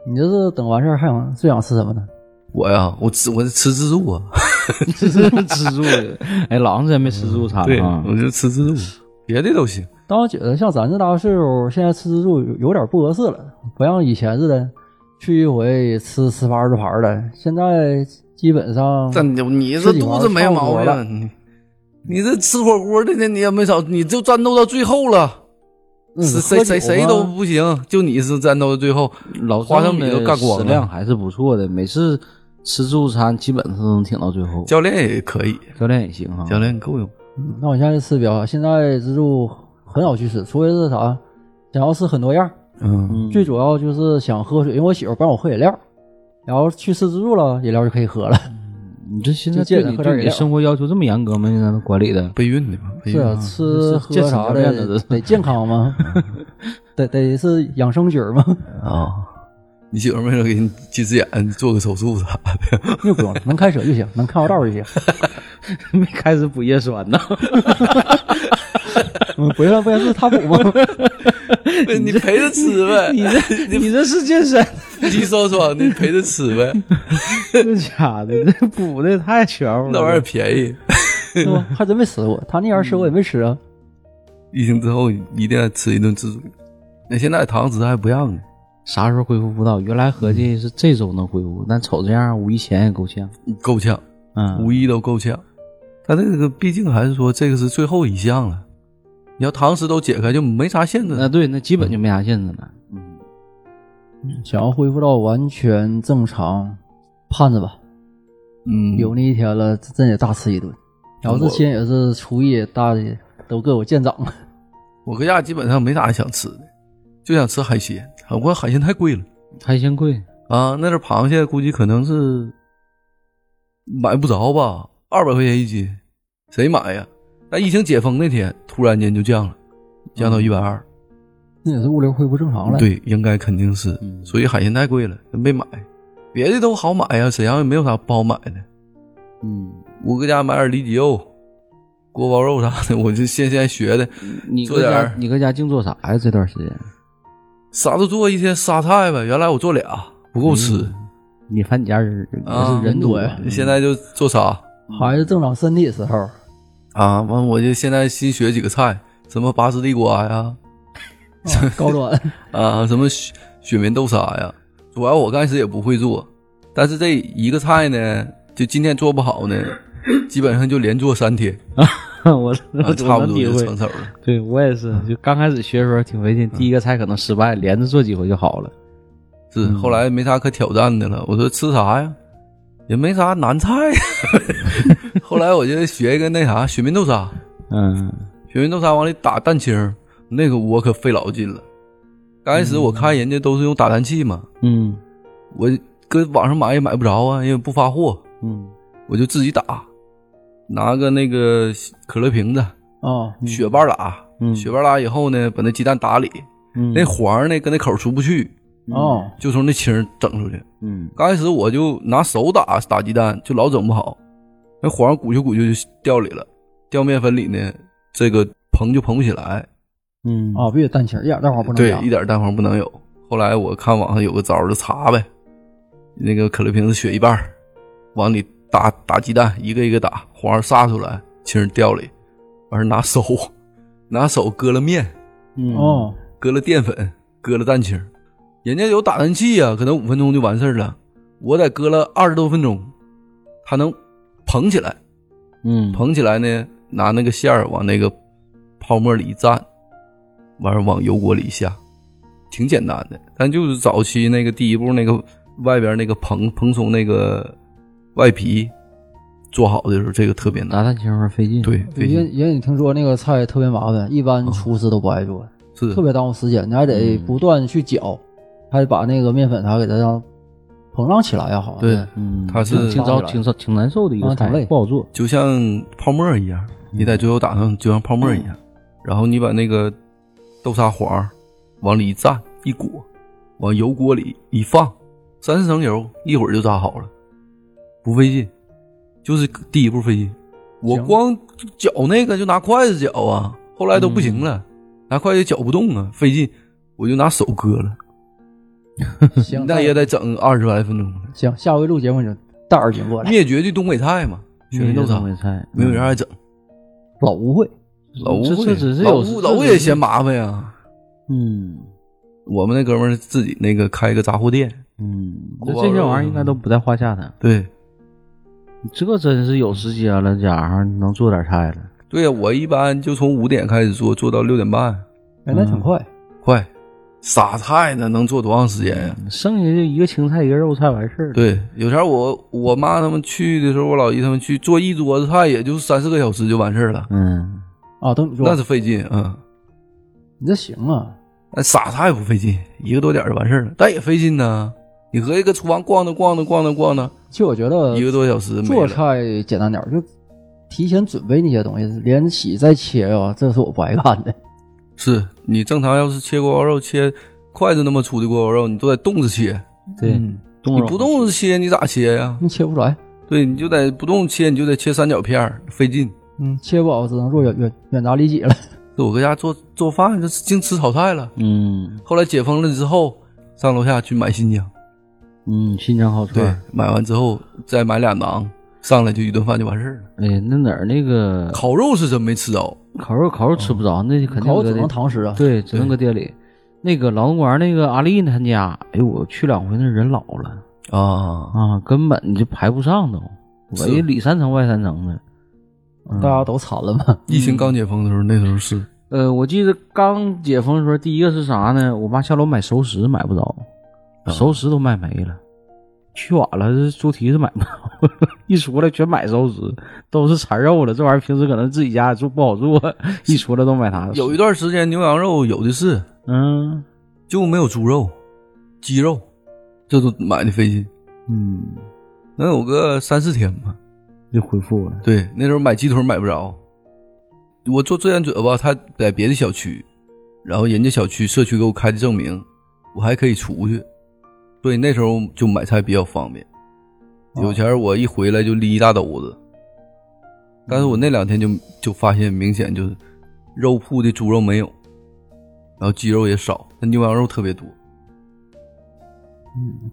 你这是等完事儿还想最想吃什么呢？
我呀，我吃我吃自助啊，
吃吃住的，哎，老长时间没吃住餐
对，
了啊。
我就吃自助，别的都行。
当然觉得像咱这大岁数，现在吃自助有有点不合适了，不像以前似的，去一回吃十盘二十盘的。现在基本 上
但你你这肚子没毛病，啊你你这吃火锅的那你也没少，你就战斗到最后了，
嗯
是
喝
谁
酒
谁谁
嘛
都不行，就你是战斗到最后，
老
花生
郑
米
的
都干光
食量
了。
还是不错的，每次吃自助餐基本上都能挺到最后。
教练也可以，
教练也行哈，啊
教练够用。
嗯那我现在吃比较好，现在自助很少去吃，除非是啥，想要吃很多样儿，
嗯，
最主要就是想喝水，因为我媳妇儿不让我喝饮料，然后去吃自助了，饮料就可以喝了。
你这现在
就戒
对
着
你
喝点
对你
饮料
生活要求这么严格吗？现在都管理的，
备孕的嘛，备
是
孕
啊，
啊
吃喝
这是
啥
什么样子
的
的
得健康 吗？得得是养生局儿吗？
啊。你媳妇儿没说给你近视眼做个手术啥的？
又 不用，能开车就行，能看好道儿就行。
没开始补叶酸呢。
嗯，不要不要是他补 吗？
你陪着吃呗，
你这你这是健身，
你说说，你陪着吃呗，
这家的这补的太全乎了。
那玩意儿便宜。
是吧？还真没吃过，他那玩意儿吃我也没吃啊。
疫情之后一定要吃一顿自助。那现在堂食还不让呢，
啥时候恢复不到？原来合计是这周能恢复，但瞅这样，五一前也够呛。
够呛，
嗯，
五一都够呛。他这个毕竟还是说这个是最后一项了，你要堂食都解开就没啥限制
那
了。
对，那基本就没啥限制了。
嗯想要恢复到完全正常，盼着吧，
嗯，
有那一天了，真得大吃一顿。然后这期间也是厨艺大家都各有见长，
我搁家基本上没啥想吃的，就想吃海鲜。我海鲜太贵了
海鲜贵，
啊，那点螃蟹估计可能是买不着吧，二百块钱一斤，谁买呀？那疫情解封那天突然间就降了，降
嗯
到一百二。
那也是物流恢复正常了。，
对，应该肯定是
嗯，
所以海鲜太贵了，没买。别的都好买呀、沈阳也没有啥不好买的。
嗯，
我搁家买点里脊肉、锅包肉啥的，我就现现在学的，
你
做
搁
点
家
儿
你搁家净做啥呀？这段时间，
啥都做一些仨菜呗。原来我做俩不够吃，
你翻你家人
啊
嗯人多
人多呀
现在就做仨
孩子正长身体的时候，
啊。完，我就现在新学几个菜，什么拔丝地瓜呀，
啊高端
啊，什么雪雪棉豆沙呀，主要我刚开始也不会做，但是这一个菜呢，就今天做不好呢，基本上就连做三天，
我
啊、
我
差不
能
多
体
就成嗯
会。
手了。
对我也是，就刚开始学的时候挺费劲，第一个菜可能失败，连着做几回就好了。
是，后来没啥可挑战的了。我说吃啥呀？也没啥难菜。 后来我就学一个那啥雪面豆沙，
嗯，
雪面豆沙往里打蛋清儿，那个我可费老劲了。刚开始我看人家都是用打蛋器嘛，
嗯
我搁网上买也买不着啊，因为不发货，
嗯，
我就自己打，拿个那个可乐瓶子，
啊，
雪巴打，
嗯
雪巴打以后呢，把那鸡蛋打里，
嗯
那黄儿呢跟那口儿出不去，
哦，
就从那清儿整出去。
嗯
刚开始我就拿手打打鸡蛋，就老整不好，那黄鼓就鼓就就掉里了，掉面粉里呢，这个膨就膨不起来，
嗯
哦
啊，必须蛋清儿，一点蛋黄不能
对
加，
一点蛋黄不能有。后来我看网上有个招儿，就查呗，那个可乐瓶子削一半儿，往里打打鸡蛋，一个一个打，黄儿撒出来，清儿掉里，完事儿拿手拿手搁了面，
嗯
哦，
搁了淀粉，搁了蛋清儿，人家有打蛋器呀、可能五分钟就完事儿了，我得搁了二十多分钟，它能捧起来，
嗯，
捧起来呢，拿那个馅儿往那个泡沫里一蘸，完事儿往油锅里一下，挺简单的。但就是早期那个第一步那个外边那个蓬蓬松那个外皮做好的时候，这个特别难。
打蛋球儿费劲，
对，，
也
费劲
也你听说那个菜特别麻烦，一般厨师都不爱做，
是嗯
特别耽误时间，你还得不断去搅，还得把那个面粉啥给它让膨胀起来呀，好像
对
是，
嗯，
它是
挺糟、挺糟、挺难受的一个
啊挺
菜，
累
不好做。
就像泡沫一样，你在最后打上就像泡沫一样，然后你把那个豆沙黄往里一蘸一裹，往油锅里一放，三四层油一会儿就炸好了，不费劲，就是第一步费劲。我
行
光搅那个就拿筷子搅啊，后来都不行了，拿筷子搅不动啊，费劲，我就拿手割了，
行，
那也得整二十来分钟了。
行，下回录节目你就带二斤过来，
灭绝的东北菜嘛，雪
嗯没
人豆沙，
菜，
没有人爱整。
老误会，
老吴
这
会
这只是
老
有这
吴老吴
只
也
是
嫌麻烦呀。
嗯
我们那哥们儿自己那个开个杂货店，
嗯，
锅
这
包
这些
肉
玩意儿应该都不在话下的。
对
这真是有时间了，家伙能做点菜了。
对呀，我一般就从五点开始做，做到六点半，
哎，那
嗯
挺快，
快，傻菜呢能做多长时间呀？
剩下就一个青菜一个肉菜完事儿了。
对，有前我我妈他们去的时候，我老姨他们去做一桌子菜，也就三四个小时就完事儿了，
嗯，
啊，等你做
那，是费劲嗯。
你这行啊，
但傻菜不费劲，一个多点儿就完事儿了，但也费劲呢。你和一个厨房逛荡逛荡逛荡逛荡，
其实我觉得
一个多小时没
做
了。
菜简单点儿，就提前准备那些东西，连洗再切呀，这是我不爱干的。
是你正常要是切锅包肉，切筷子那么粗的锅包肉，你都得冻着切。
对，
嗯
动
你
手
不动着切，你咋切呀？
你切不出来，
对，你就得不动切，你就得切三角片儿，费劲。
嗯，切不好只能做远远远达理解了。
这我搁家做做饭，就净吃炒菜了。
嗯
后来解封了之后，上楼下去买新疆，
嗯，新疆好
对
串。，
买完之后再买俩馕，上来就一顿饭就完事儿了。
哎，那哪儿那个
烤肉是真没吃着，
烤肉烤肉吃不着，那肯定
烤
搁
肉只能
店
堂食啊，
对，只能搁店里。那个劳动园那个阿丽他家，哎呦，我去两回，那人老了
啊，
啊，根本就排不上都，我
是
一里三层外三层的。嗯
大家都馋了嘛。
疫情刚解封的时候，那时候是
呃，我记得刚解封的时候，第一个是啥呢？我妈下楼买熟食买不着，
嗯
熟食都卖没了，去晚了，这猪蹄子买不着， 一出来全买熟食，都是馋肉了。这玩意儿平时可能自己家也做不好做，一出来都买它。
有一段时间牛羊肉有的是，
嗯
就没有猪肉、鸡肉，这都买的费劲，
嗯，
能有个三四天吧。
就恢复了。
对，那时候买鸡腿买不着。我做志愿者吧，他在别的小区，然后人家小区社区给我开的证明，我还可以出去，所以那时候就买菜比较方便。
哦
有钱儿我一回来就拎一大兜子，但是我那两天就就发现明显就是肉铺的猪肉没有，然后鸡肉也少，那牛羊肉特别多。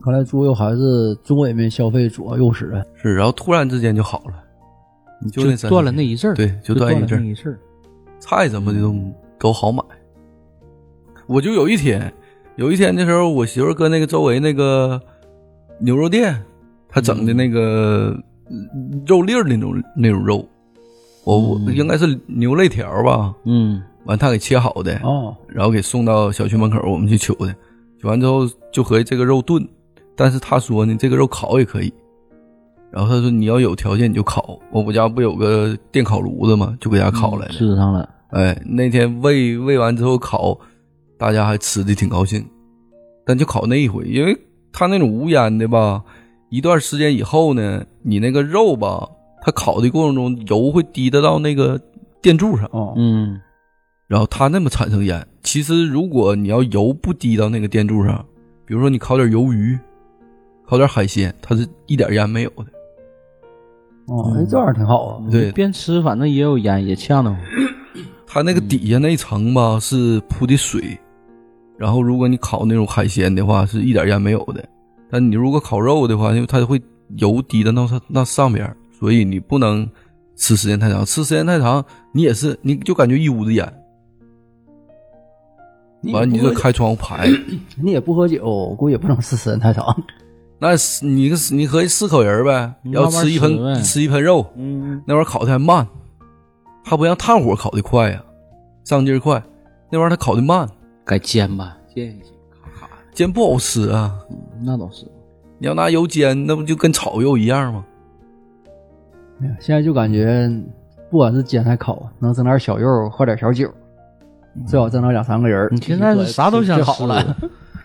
看来猪肉还是中美消费左右时啊。
是，然后突然之间就好了，你就那三
断了
天
那一阵儿，
对就
就断
断一
了
阵儿
那一阵儿。
菜什么的都都好买。我就有一天，有一天的时候，我媳妇儿搁那个周围那个牛肉店，她整的那个嗯肉粒儿的那种那种肉，我我应该是牛肋条吧，
嗯
完她给切好的，
哦，
然后给送到小区门口，我们去取的。取完之后就合计这个肉炖，但是她说呢，这个肉烤也可以。然后她说你要有条件你就烤，我我家不有个电烤炉子嘛，就搁家烤来的。
吃上了。
哎，那天喂喂完之后烤，大家还吃的挺高兴，但就烤那一回，因为它那种无烟的吧，一段时间以后呢，你那个肉吧，它烤的过程中油会滴得到那个电柱上，
哦，
嗯
然后它那么产生烟。其实如果你要油不滴到那个电柱上，比如说你烤点鱿鱼，烤点海鲜，它是一点烟没有的。
嗯
哦，哎，这玩意儿挺好啊。
对，
边吃反正也有烟，也呛得慌。
它那个底下那一层吧是铺的水，然后如果你烤那种海鲜的话，是一点烟没有的。但你如果烤肉的话，因为它会油滴到那上那上边儿，所以你不能吃时间太长。吃时间太长，你也是你就感觉一屋子烟。完你就开窗户排。
你也不喝酒，我估计也不能吃时间 太长。
那是你你可以四口人呗，
你嗯
要
慢慢
吃一盆
吃呗
吃一盆肉，
嗯，
那玩意儿烤的还慢，它不像炭火烤的快呀、上劲儿快，那玩意儿它烤的慢，
改煎吧，煎一煎，咔咔的，
煎不好吃啊。
那倒是。
你要拿油煎，那不就跟炒肉一样吗？
哎呀现在就感觉，不管是煎还烤，啊能整点小肉，喝点小酒，最好整到两三个人儿。
嗯你现在是啥都想
就
吃
好了，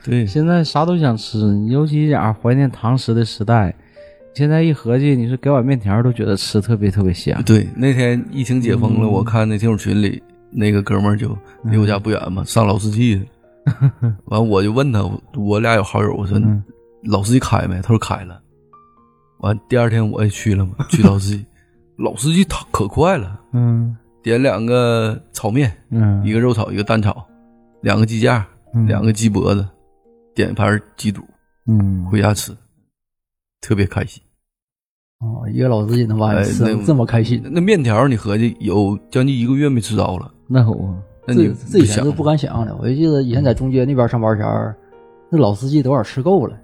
对，
现在啥都想吃，你尤其讲怀念堂食的时代。现在一合计，你说给碗面条都觉得吃特别特别香。
啊对，那天疫情解封了，
嗯
我看那听友群里那个哥们儿就离我家不远嘛，上老司机 去。完我就问他，我我俩有好友，我说、
嗯
老司机开没？他说开了。完第二天我也去了嘛，去老 司机，老司机他可快了，
嗯
点两个炒面，
嗯
一个肉炒，一个蛋炒，两个鸡架，
嗯
两个鸡脖子，点一盘鸡肚
嗯
回家吃，特别开心。
哦，一个老司机能把
哎
你吃
那
成这么开心，
那面条你合计有将近一个月没吃着了，
那啊我
那
自
你
己自己以前
想
都不敢想象的。我就记得以前在中街那边上班前儿，那老司机都有点吃够了，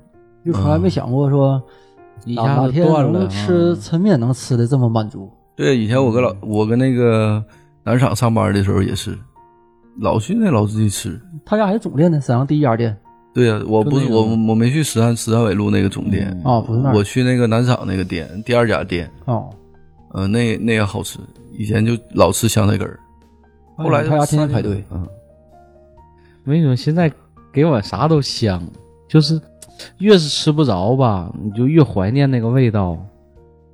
就从来没想过说
嗯一
哪
下
哪
子
天
断
能
了，嗯
吃抻面能吃的这么满足。
对，以前我跟老我跟那个南厂上班的时候也是，老去那老司机吃。
他家还是总店呢，沈阳第一家店
对呀、我不是
就那个
我我没去石汉石汉纬路那个总店，
嗯
啊，不是那
我
儿
去那个南厂那个店第二家店，
哦。
呃，那那个好吃，以前就老吃香菜根儿，后
哎
来
他家天天排队，
嗯，
没准现在给我啥都香，就是越是吃不着吧，你就越怀念那个味道，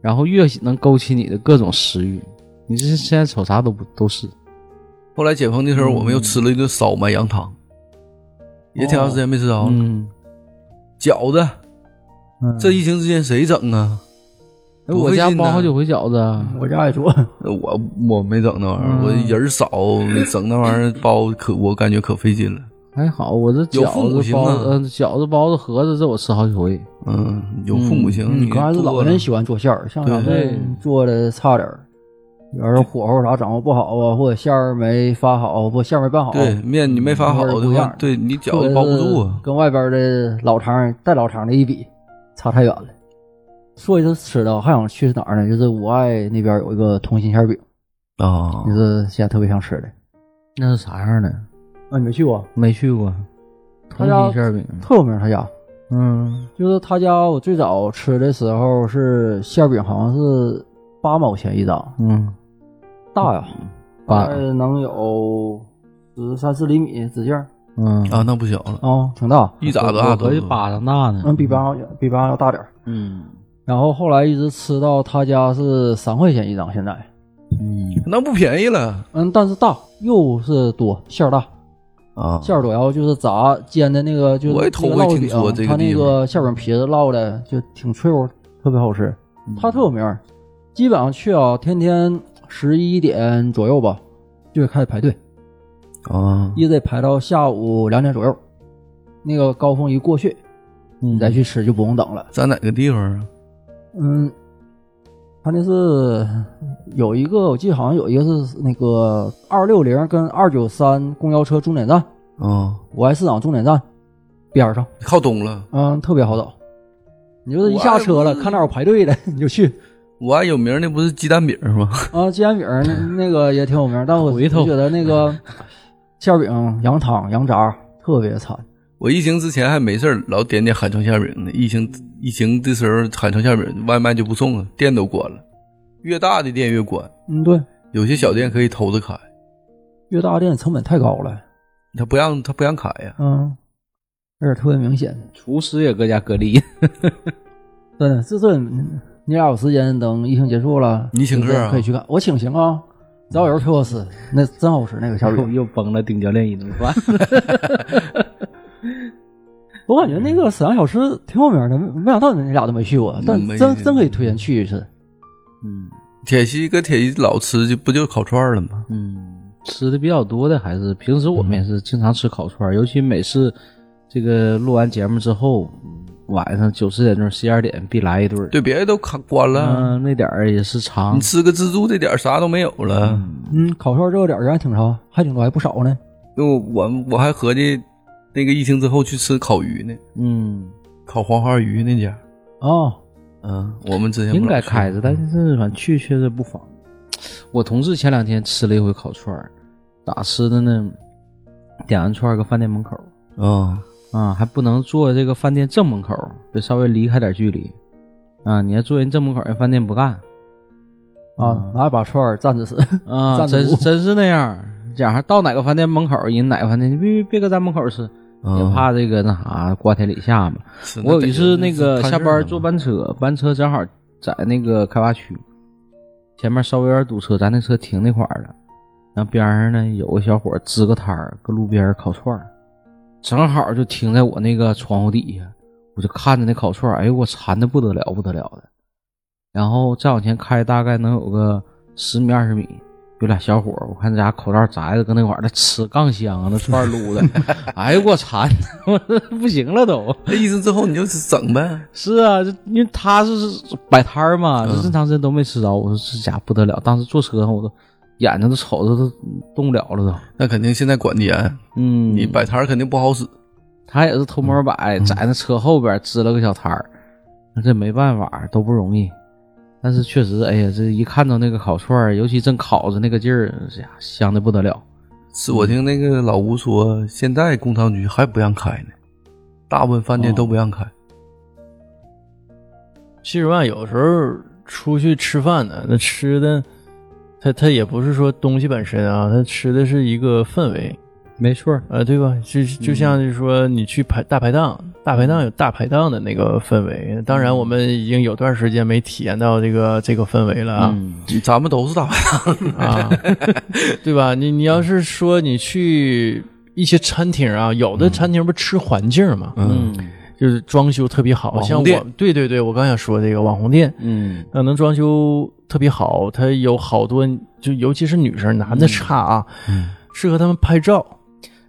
然后越能勾起你的各种食欲。你这现在瞅啥都不都是，
后来解封的时候，我们又吃了一顿烧麦羊汤，也挺长时间没吃着了。
嗯，
饺子，
嗯
这疫情之间谁整啊？
哎
多
我
费
家
劲
包
呐
好几回饺子，啊
我家也做，
我我没整那玩意儿，
嗯
我人少，整那玩意儿包可我感觉可费劲了。
还好我这
有父母
饺子
心
包
呐
子，嗯，饺子包子盒子这我吃好几回，
嗯，有父母情，
嗯
你
刚开始老
多了
人喜欢做馅儿，像咱
对
们做的差点儿，有人火候啥掌握不好啊，或者馅儿没发好，或馅儿没拌好，
对面你没发
味
好
儿
的
哦不一
话
样，
对你饺
或者
子
是
包不住啊。
跟外边的老肠带老肠的一比，差太远了。说一次吃的，我还想去哪儿呢？就是五爱那边有一个通心馅儿饼，
啊
也是现在特别想吃的。
那是啥样的？
啊，你没去过？
没去过，
他
通
家
心馅儿饼，
特有名，他家
嗯
就是他家，我最早吃的时候是馅儿饼，好像是八毛钱一张，
嗯，
大呀，
八
大概能有十三四厘米直径儿，
嗯
啊，那不小了，
哦，挺大，
一咋
我
大都
合计巴掌大呢，
嗯，比八毛比八毛要大点儿。
嗯
然后后来一直吃到他家是三块钱一张，现在，
嗯
那不便宜了
嗯，但是大又是多馅儿大，
啊
馅儿多，然后就是炸煎的那个就是
我也头回听说这
饼，
个
它那
地方
个馅饼皮子烙的就挺脆乎，特别好吃。它特有名儿，基本上去啊，天天十一点左右吧，就开始排队，
啊！
一直得排到下午两点左右，那个高峰一过去，你
嗯
再去吃就不用等了。
在哪个地方啊？
嗯，他那是有一个，我记得好像有一个是那个二六零跟二九三公交车终点站，
啊，
我爱市场终点站边儿上，
靠东了。
嗯，特别好找。你就是一下车了，
我
看那儿有排队的， 你就去。
我还有名儿那不是鸡蛋饼吗？
啊，鸡蛋饼儿那那个也挺有名，但我
回头
觉得那个 馅儿饼、羊汤、羊杂特别惨。
我疫情之前还没事儿老点点海城馅饼呢。疫情疫情的时候，海城馅饼外卖就不送了，店都关了。越大的店越关，
嗯，对，
有些小店可以偷着开，
越大店成本太高了，
他不让他不让开呀。
嗯，而且特别明显。
厨师也搁家隔离，
真的，这这你俩有时间，等疫情结束了，
你请客啊
可以去看。我请行啊，只要有人陪我吃，那真好吃那个馅
又
饼。
又崩了丁教练一顿饭。
我感觉那个沈阳小吃挺有名的，没没想到你俩都嗯没去过，但
没
真真可以推荐去一次。
嗯
铁西跟铁西老吃就不就烤串儿了吗？
嗯，吃的比较多的还是平时我们也是经常吃烤串儿，尤其每次这个录完节目之后，嗯晚上九十点钟、十一二点必来一顿儿。
对，别的都卡关了。
嗯、那点儿也是长
你。吃个自助这点儿啥都没有了，
嗯嗯，烤串这个点儿人还挺长，还挺多，还不少呢。
因为我我还合计那个疫情之后去吃烤鱼呢，
嗯，
烤黄花鱼那家，
哦，
嗯，我们之前不
应
老
该
去
开着，但是反正去确实不方便。嗯我同事前两天吃了一回烤串儿，咋吃的呢？点完串儿搁饭店门口
啊，
啊，还不能坐这个饭店正门口，得稍微离开点距离啊。你要坐人正门口，人饭店不干
啊，拿一把串儿站着吃，
啊，
站着
真
不
真是那样。假如到哪个饭店门口，人哪个饭店，你别别搁咱门口吃，也
嗯
怕这个那啥瓜田李下嘛。
是
我有
得
一
有
次
人
那
是
个
看
下
事
班
儿
儿
的
坐
嘛
班车，班车正好在那个开发区，前面稍微有点堵车，咱那车停那块儿了。然后边上呢有个小伙儿支个摊儿，搁路边儿烤串儿，正好就停在我那个窗户底下，我就看着那烤串儿，哎呦我馋的不得了不得了的。然后再往前开大概能有个十米二十米，有俩小伙儿，我看这家口罩摘着，搁那块儿那吃杠香啊，那串儿撸的， 哎呦我馋的，我说 不行了都。
那疫情之后你就整呗，
是啊，这因为他是摆摊儿嘛，这正常时间都没吃着。我说这家不得了，当时坐车上我都眼睛都瞅着都动不了了都。
那肯定现在管得严，
嗯，
你摆摊儿肯定不好使。
他也是偷摸摆，在那车后边支了个小摊儿，那这没办法，都不容易。但是确实，哎呀，这一看到那个烤串儿，尤其正烤着那个劲儿，这家香的不得了。
是我听那个老吴说，现在工商局还不让开呢，大部分饭
哦
店都不让开。
七十万有时候出去吃饭呢，那吃的，他他也不是说东西本身啊，他吃的是一个氛围，
没错，
呃，对吧？就就像是说你去排大排档，大排档有大排档的那个氛围。当
嗯
然，我们已经有段时间没体验到这个这个氛围了啊、
嗯，
咱们都是大排档，
啊，对吧？你你要是说你去一些餐厅啊，有
嗯
的餐厅不吃环境嘛，
嗯，
就是装修特别好，
网
像
红
我
店
对对对，我刚想说这个网红店，
嗯，
那能装修特别好，它有好多，就尤其是女生，男
嗯
的差啊，适合他们拍照。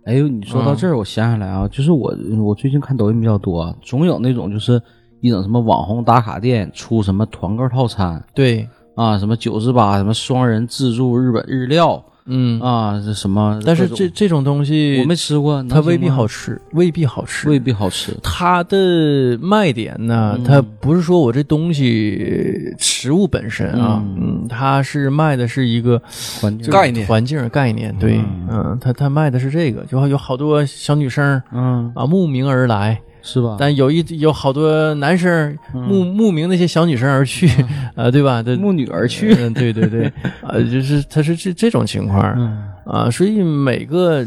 哎呦，你说到
嗯
这儿，我想起来啊，就是我我最近看抖音比较多啊，总有那种就是一种什么网红打卡店出什么团购套餐
对，
啊，什么九十八，什么双人自助日本日料
嗯，
啊，这什么各种，
但是这这种东西
我没吃过，
它
能行
未必
吗
好，吃，未必好吃，
未必好吃。
它的卖点呢，它不是说我这东西呃食物本身啊，嗯，它是卖的是一个
环境
就是
概念
环境概念，对，嗯，它它卖的是这个，就好有好多小女生
嗯，
啊慕名而来，
是吧？
但有一有好多男生慕慕名那些小女生而去， 呃，对吧？对
嗯慕女而去
嗯，对对 对，呃，就是他是这这种情况
嗯
啊，所以每个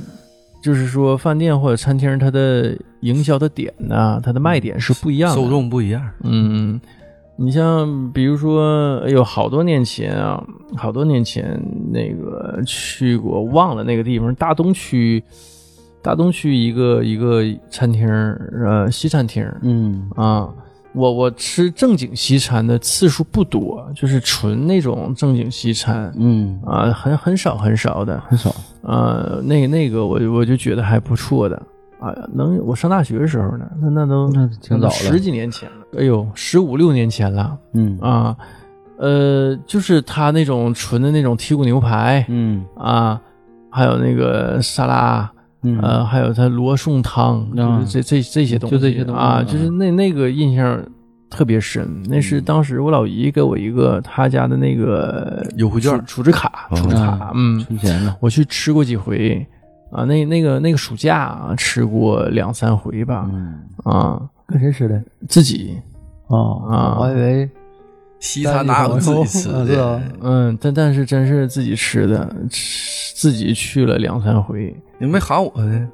就是说饭店或者餐厅，它的营销的点呢，它的卖点是不一样的，
受众不一样。
嗯，你像比如说，有好多年前啊，好多年前那个去过，忘了那个地方，大东区，大东区一个一个餐厅，呃，西餐厅
嗯
啊。我我吃正经西餐的次数不多，就是纯那种正经西餐
嗯，
啊，很很少很少的。
很少。
呃，那那个我我就觉得还不错的啊，能我上大学的时候呢，那那都
那嗯挺早了
十几年前了，哎呦，十五六年前了
嗯
啊，呃，就是他那种纯的那种剔骨牛排
嗯
啊，还有那个沙拉。
嗯
呃，还有他罗宋汤，就
啊
是这这这些东西，
就这些东西
啊，
啊
就是那那个印象特别深。那
嗯
是当时我老姨给我一个她家的那个
优惠券
储储值卡，储值卡
啊，
嗯，
存钱了。
我去吃过几回啊，那那个那个暑假、啊、吃过两三回吧，
嗯，
啊，
跟谁吃的？
自己，
哦
啊，
我还以为
西餐哪有自己吃
啊是
的
啊？
嗯，但但是真是自己吃的，吃自己去了两三回，
你没喊我呢，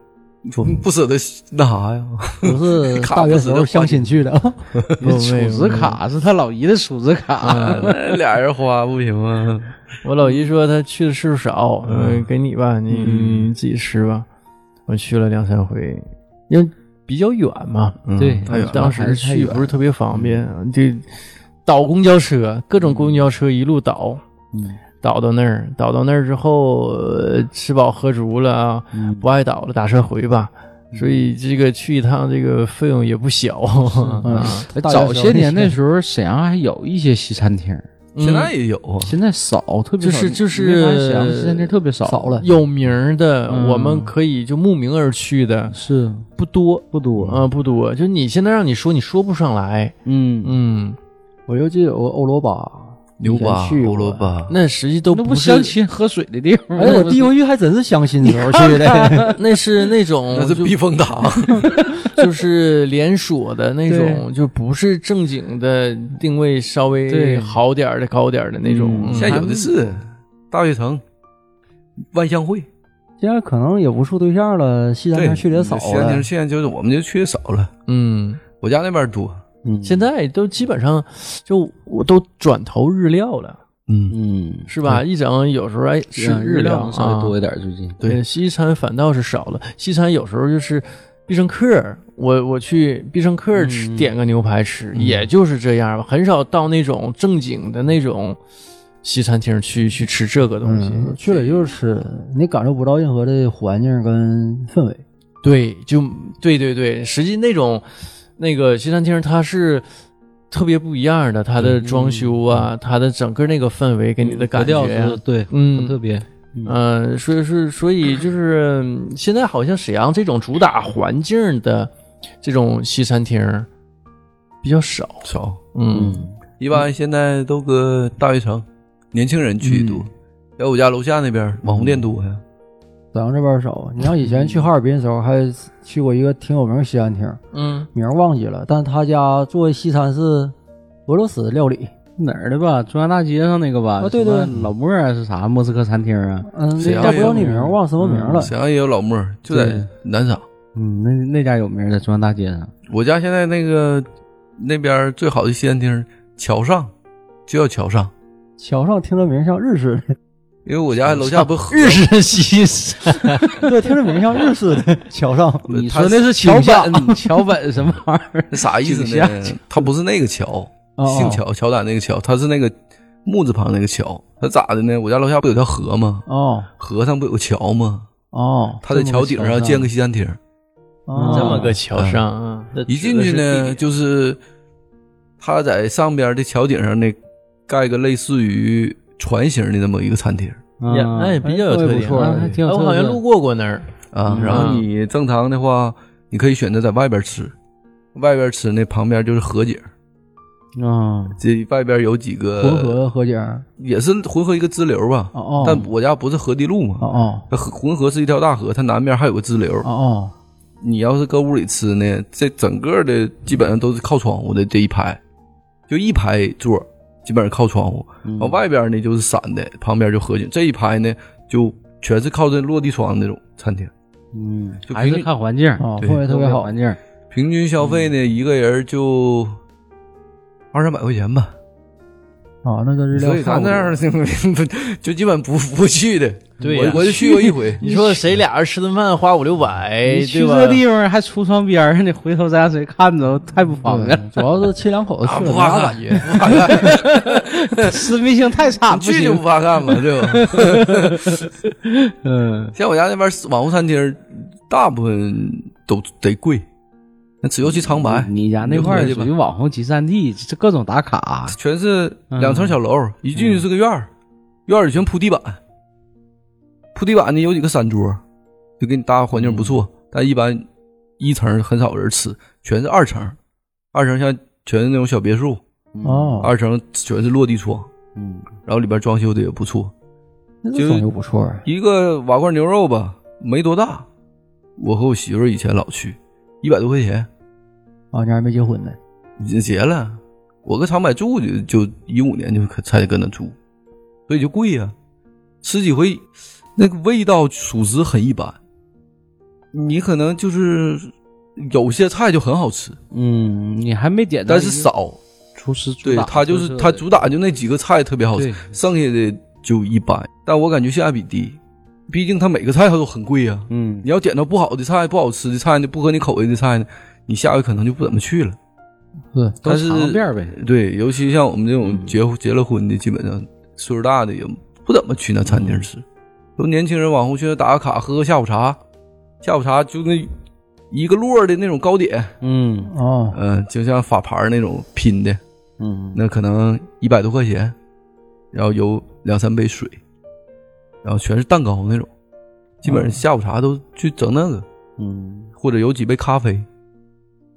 我不舍得那啥呀？
不是大学时候相亲去的，
不
储值， 卡是他老姨的储值卡。
那俩人花不行吗？
没我老姨说她去的次数少，嗯，给你吧，你你自己吃吧，我去了两三回，因为比较远嘛，
嗯
对
太远了
当时去不是特别方便，就倒公交车，各种公交车一路倒，
嗯
倒到那儿，倒到那儿之后，呃吃饱喝足了啊，
嗯
不爱倒了，打车回吧。所以这个去一趟，这个费用也不小。
嗯
啊，
大学时
早
候
些年那时候，沈阳还有一些西餐厅，
现在也有啊，
现在少，特别
就
少
是就是
没法想现在特别少
少了
有名儿的，
嗯
我们可以就慕名而去的
是
不多，
不多
啊、不多。就你现在让你说，你说不上来。
嗯，
嗯，
我就记得有个欧罗巴，
牛巴
以前去、过
欧罗，巴，
那实际都
那
不
不
是
相亲喝水的地方。
哎，我第一回去还真是相亲的时候去的，
那是那种
那是避风塘，
就是连锁的那种，
对
就不是正经的定位，稍微
对
好点儿的、高点儿的那种。
嗯
嗯
现在有的是大悦城、万象汇，
现在可能也不处对象了，西单
对，
上去的也少啊
西安
了
亭，现在就是我们就去的少了，
嗯，
我家那边多，
嗯
现在都基本上就我都转投日料了，
嗯，
嗯，
是吧？一整有时候哎吃
嗯日
料啊
稍微多
一
一点，最近
对
对，呃西餐反倒是少了。西餐有时候就是必胜客儿，我我去必胜客儿吃、
嗯
点个牛排吃，也就是这样吧，很少到那种正经的那种西餐厅去去吃这个东西。
嗯，去了就是吃，你感受不到任何的环境跟氛围。
对，就对对对，实际那种那个西餐厅它是特别不一样的，它的
嗯
装修啊，它的整个那个氛围给你的感觉啊、
对，
嗯
特别
嗯，所以是所以就是嗯现在好像沈阳这种主打环境的这种西餐厅儿比较少，
少。
嗯，
一般现在都搁大悦城，年轻人去多。在我家楼下那边网红店多呀，
沈阳这边少，你像以前去哈尔滨的时候，还去过一个挺有名的西餐厅，
嗯
名儿忘记了，但他家做的西餐是俄罗斯料理，
哪儿的吧？中央大街上那个吧？
啊对对
什么老莫啊是啥？莫斯科餐厅啊？
嗯，
沈阳
那家不
也
叫
有嗯
那名儿，忘了什么名儿了。
沈阳也有老莫，就在
对
南厂。
嗯，那那家有名儿，在中央大街上。
我家现在那个那边最好的西餐厅桥上，就叫桥上，
桥上听着名儿像日式的，
因为我家楼下不 是河
日式西餐，
对，听着名儿像日式的桥上。
你
他
说那是桥本，桥本什么玩意儿？
那 啥意思
井下
呢？ 它不是那个桥，
哦
姓乔，乔丹那个乔，它是那个木字旁那个乔。它咋的呢？我家楼下不有条河吗？
哦
河上不有个桥吗？
哦，
它在桥顶
这么啊
上建个西餐厅，
哦
这么个桥上啊，这
一进去呢，就是他在上边的桥顶上呢盖个类似于船形的那么一个餐厅
也
啊
哎比较有
哎
特
不
点
错
啊
啊还挺
哎
有
我好像路过过那儿，
啊。
嗯
然后你正常的话，你可以选择在外边吃，外边吃呢旁边就是河景，
啊，
嗯
这外边有几个
浑河河景儿，
也是浑河一个支流吧。
哦哦，
但我家不是河堤路嘛，
哦哦
那河浑河是一条大河，它南边还有个支流。
哦哦，
你要是搁屋里吃呢，这整个的基本上都是靠窗户的这一排，就一排桌，基本上靠窗户。往外边呢就是散的，旁边就河景。这一排呢就全是靠这落地窗那种餐厅，
嗯，
就
还
平
是哎
均
看环境，
哦
对
氛围特别好
环。境。
平均消费呢、一个人就二三百块钱吧。
啊，那跟日料
所以
差
咱
不
那
多
样的就 基本不不去的。
对
我
呀，
我就去过一回
你说谁俩人吃顿饭花五六百，
你去
对吧
这？地方还出窗边儿，你回头咱谁看着太不方便
对，主要是亲 两口
啊
子去了，
不怕
啥
看
感觉？
不怕看，
了， 私密性太差，不
去就不
行。
怕看嘛，对吧？
嗯，
像我家那边儿网红餐厅儿，大部分都得贵，那只尤其长白，
你家那块儿属于网红集散地，这各种打卡。啊
啊全是两层小楼，一进去是个院儿，院儿里全铺地板，铺地板呢有几个散桌，就给你搭环境不错，但一般一层很少人吃，全是二层，二层像全是那种小别墅，
哦，
二层全是落地窗，
嗯，
然后里边装修的也不错，
那
就
装修不错儿。
一个瓦罐牛肉吧，没多大，我和我媳妇儿以前老去，一百多块钱。
啊，你还没结婚呢？
已经结了。啊我搁长白住就就一五年就可才搁那住，所以就贵呀、吃几回，那个味道属实很一般。你可能就是有些菜就很好吃，
嗯，你还没点到，
但是少。
厨师主
对
打，
它就是它主打就那几个菜特别好吃
对，
剩下的就一般。但我感觉性价比低，毕竟它每个菜它都很贵呀、
嗯
你要点到不好的菜、不好吃的菜呢，不合你口味的菜呢，你下回可能就不怎么去了。
是，
但
都
是
尝遍呗。
对，尤其像我们这种结婚结了婚的，基本上岁数大的也不怎么去那餐厅吃，都年轻人网红去那打个卡，喝个下午茶，下午茶就那一个摞儿的那种糕点，呃
嗯
哦，
嗯、就像法牌儿那种拼的，
嗯，
那可能一百多块钱，然后有两三杯水，然后全是蛋糕那种，基本上下午茶都去整那个，
嗯，
或者有几杯咖啡。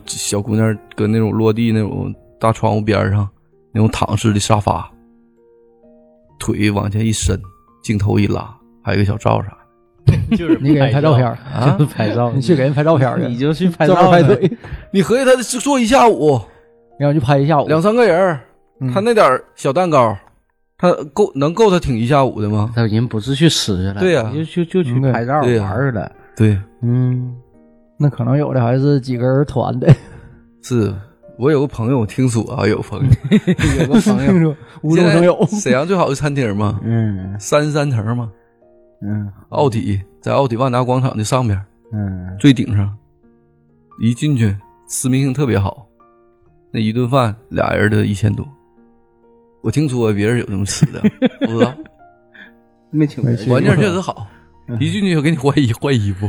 小姑娘搁那种落地那种大窗户边上那种躺式的沙发，腿往前一伸，镜头一拉，还有一个小罩啥
就是
你给人拍照片儿，
啊？
拍照，
你去给人拍照片儿去，
哎你就去拍
专门
照
排
呗
队，
你合计她坐一下午，
然后就拍一下午。
两三个人儿，
嗯
她那点儿小蛋糕，她够能够她挺一下午的吗？
他人不是去吃去了，
对呀
你就就就去
嗯对
拍照
对呀
玩儿去了。
对，
嗯，那可能有的还是几个人团的。
是我有个朋友，我听说啊，有 朋友，
有个朋友，
友， 无中生有。
现在沈阳最好的餐厅嘛，
嗯
三三层嘛，
嗯
奥体在奥体万达广场的上边
嗯，
最顶上，一进去私密性特别好，那一顿饭俩人的一千多，我听说别人有这么吃 的，不知道，
没请
没去
环境确实好。
嗯
一进去就给你换衣换衣服，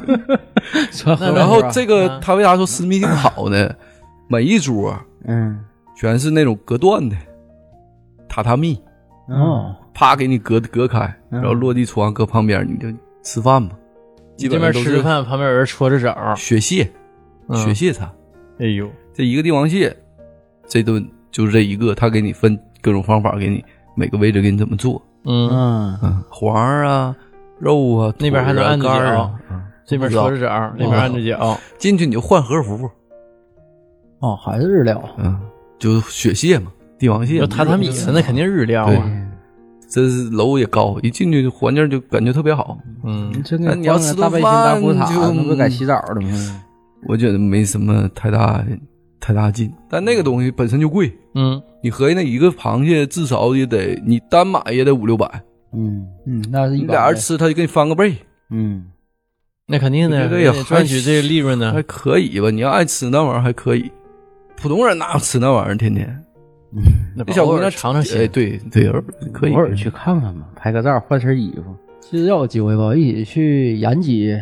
穿 和服啊，
然后这
嗯
个他为啥说私密性好呢？每一桌
嗯
全是那种隔断的榻榻米，
哦，
啪给你隔隔开，
嗯
然后落地窗搁旁边，你就吃饭吧。基
这
本
边
上都
吃
是
着饭，旁边有人戳着枣儿。
雪蟹，
嗯
雪蟹餐，
哎呦，
这一个帝王蟹，这顿就是这一个，他给你分各种方法，给你每个位置给你怎么做，
嗯，
嗯
嗯，黄儿啊，肉啊，
那边还能
腿啊
按着
肝儿啊
脚。这边戳着枣儿，那边按着脚。
进去你就换和服，
哦，还是日料。
嗯，就雪蟹嘛，帝王蟹
要
嘛，
榻榻米的那肯定是日料
嗯
对
啊。，
这是楼也高，一进去就环境就感觉特别好。
嗯，
真
那
的，
你要吃
大
顿
背心、大裤
饭
衩，
就
那不改洗澡了吗？
我觉得没什么太大太大劲，但那个东西本身就贵，
嗯，
你合计那一个螃蟹至少也得你单买也得五六百，
嗯
嗯，那是一
你
般
俩人
的
吃他就给你翻个倍，
嗯
那肯定的，
我觉得也
得赚取这个利润呢
还。可以吧？你要爱吃那玩意儿还可以，普通人哪有吃那玩意儿天天？
那
那小姑娘
尝尝
哎，
鲜，
对对，偶尔可以
偶。尔去看看吧，拍个照，换身衣服。
其实要有机会吧，一起去延吉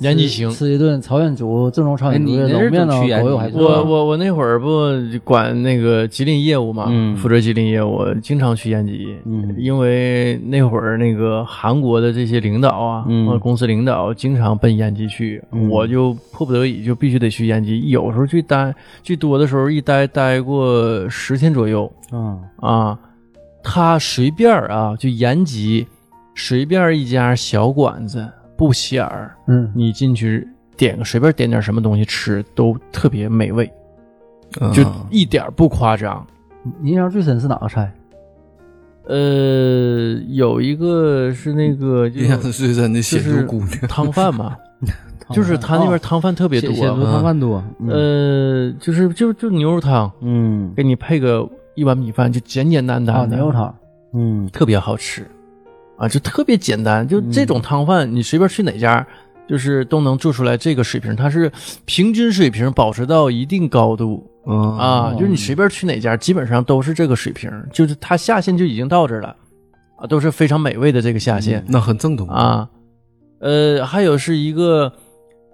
年纪轻。
吃一顿朝鲜族正宗朝鲜族
哎
的
你那
冷
是
面呢
总去，延
狗肉
吉
还
的
不错
我我我那会儿不管那个吉林业务嘛，
嗯
负责吉林业务，经常去延吉，
嗯
因为那会儿那个韩国的这些领导啊，
嗯
呃公司领导经常奔延吉去，
嗯
我就迫不得已就必须得去延吉，有时候去待最多的时候一待待过十天左右
嗯
啊，他随便儿啊就延吉随便儿一家小馆子不显儿，
嗯，
你进去点个随便点点什么东西吃都特别美味，
嗯
就一点儿不夸张。
你印象最深是哪个菜？
呃，有一个是那个 就
印象最深的
就
显
是
著姑 娘，
汤饭嘛，就是他那边汤哦饭特别
写写
多，
多饭多，
呃，就是就就牛肉汤，
嗯
给你配个一碗米饭，就简简单
啊，
单的
牛肉，汤。
嗯
特别好吃啊，就特别简单，就嗯这种汤饭你随便去哪家。就是都能做出来这个水平，它是平均水平保持到一定高度，
嗯
啊，就是你随便去哪家，基本上都是这个水平，就是它下限就已经到这儿了，啊，都是非常美味的这个下限、
那很正宗。
啊。呃，还有是一个，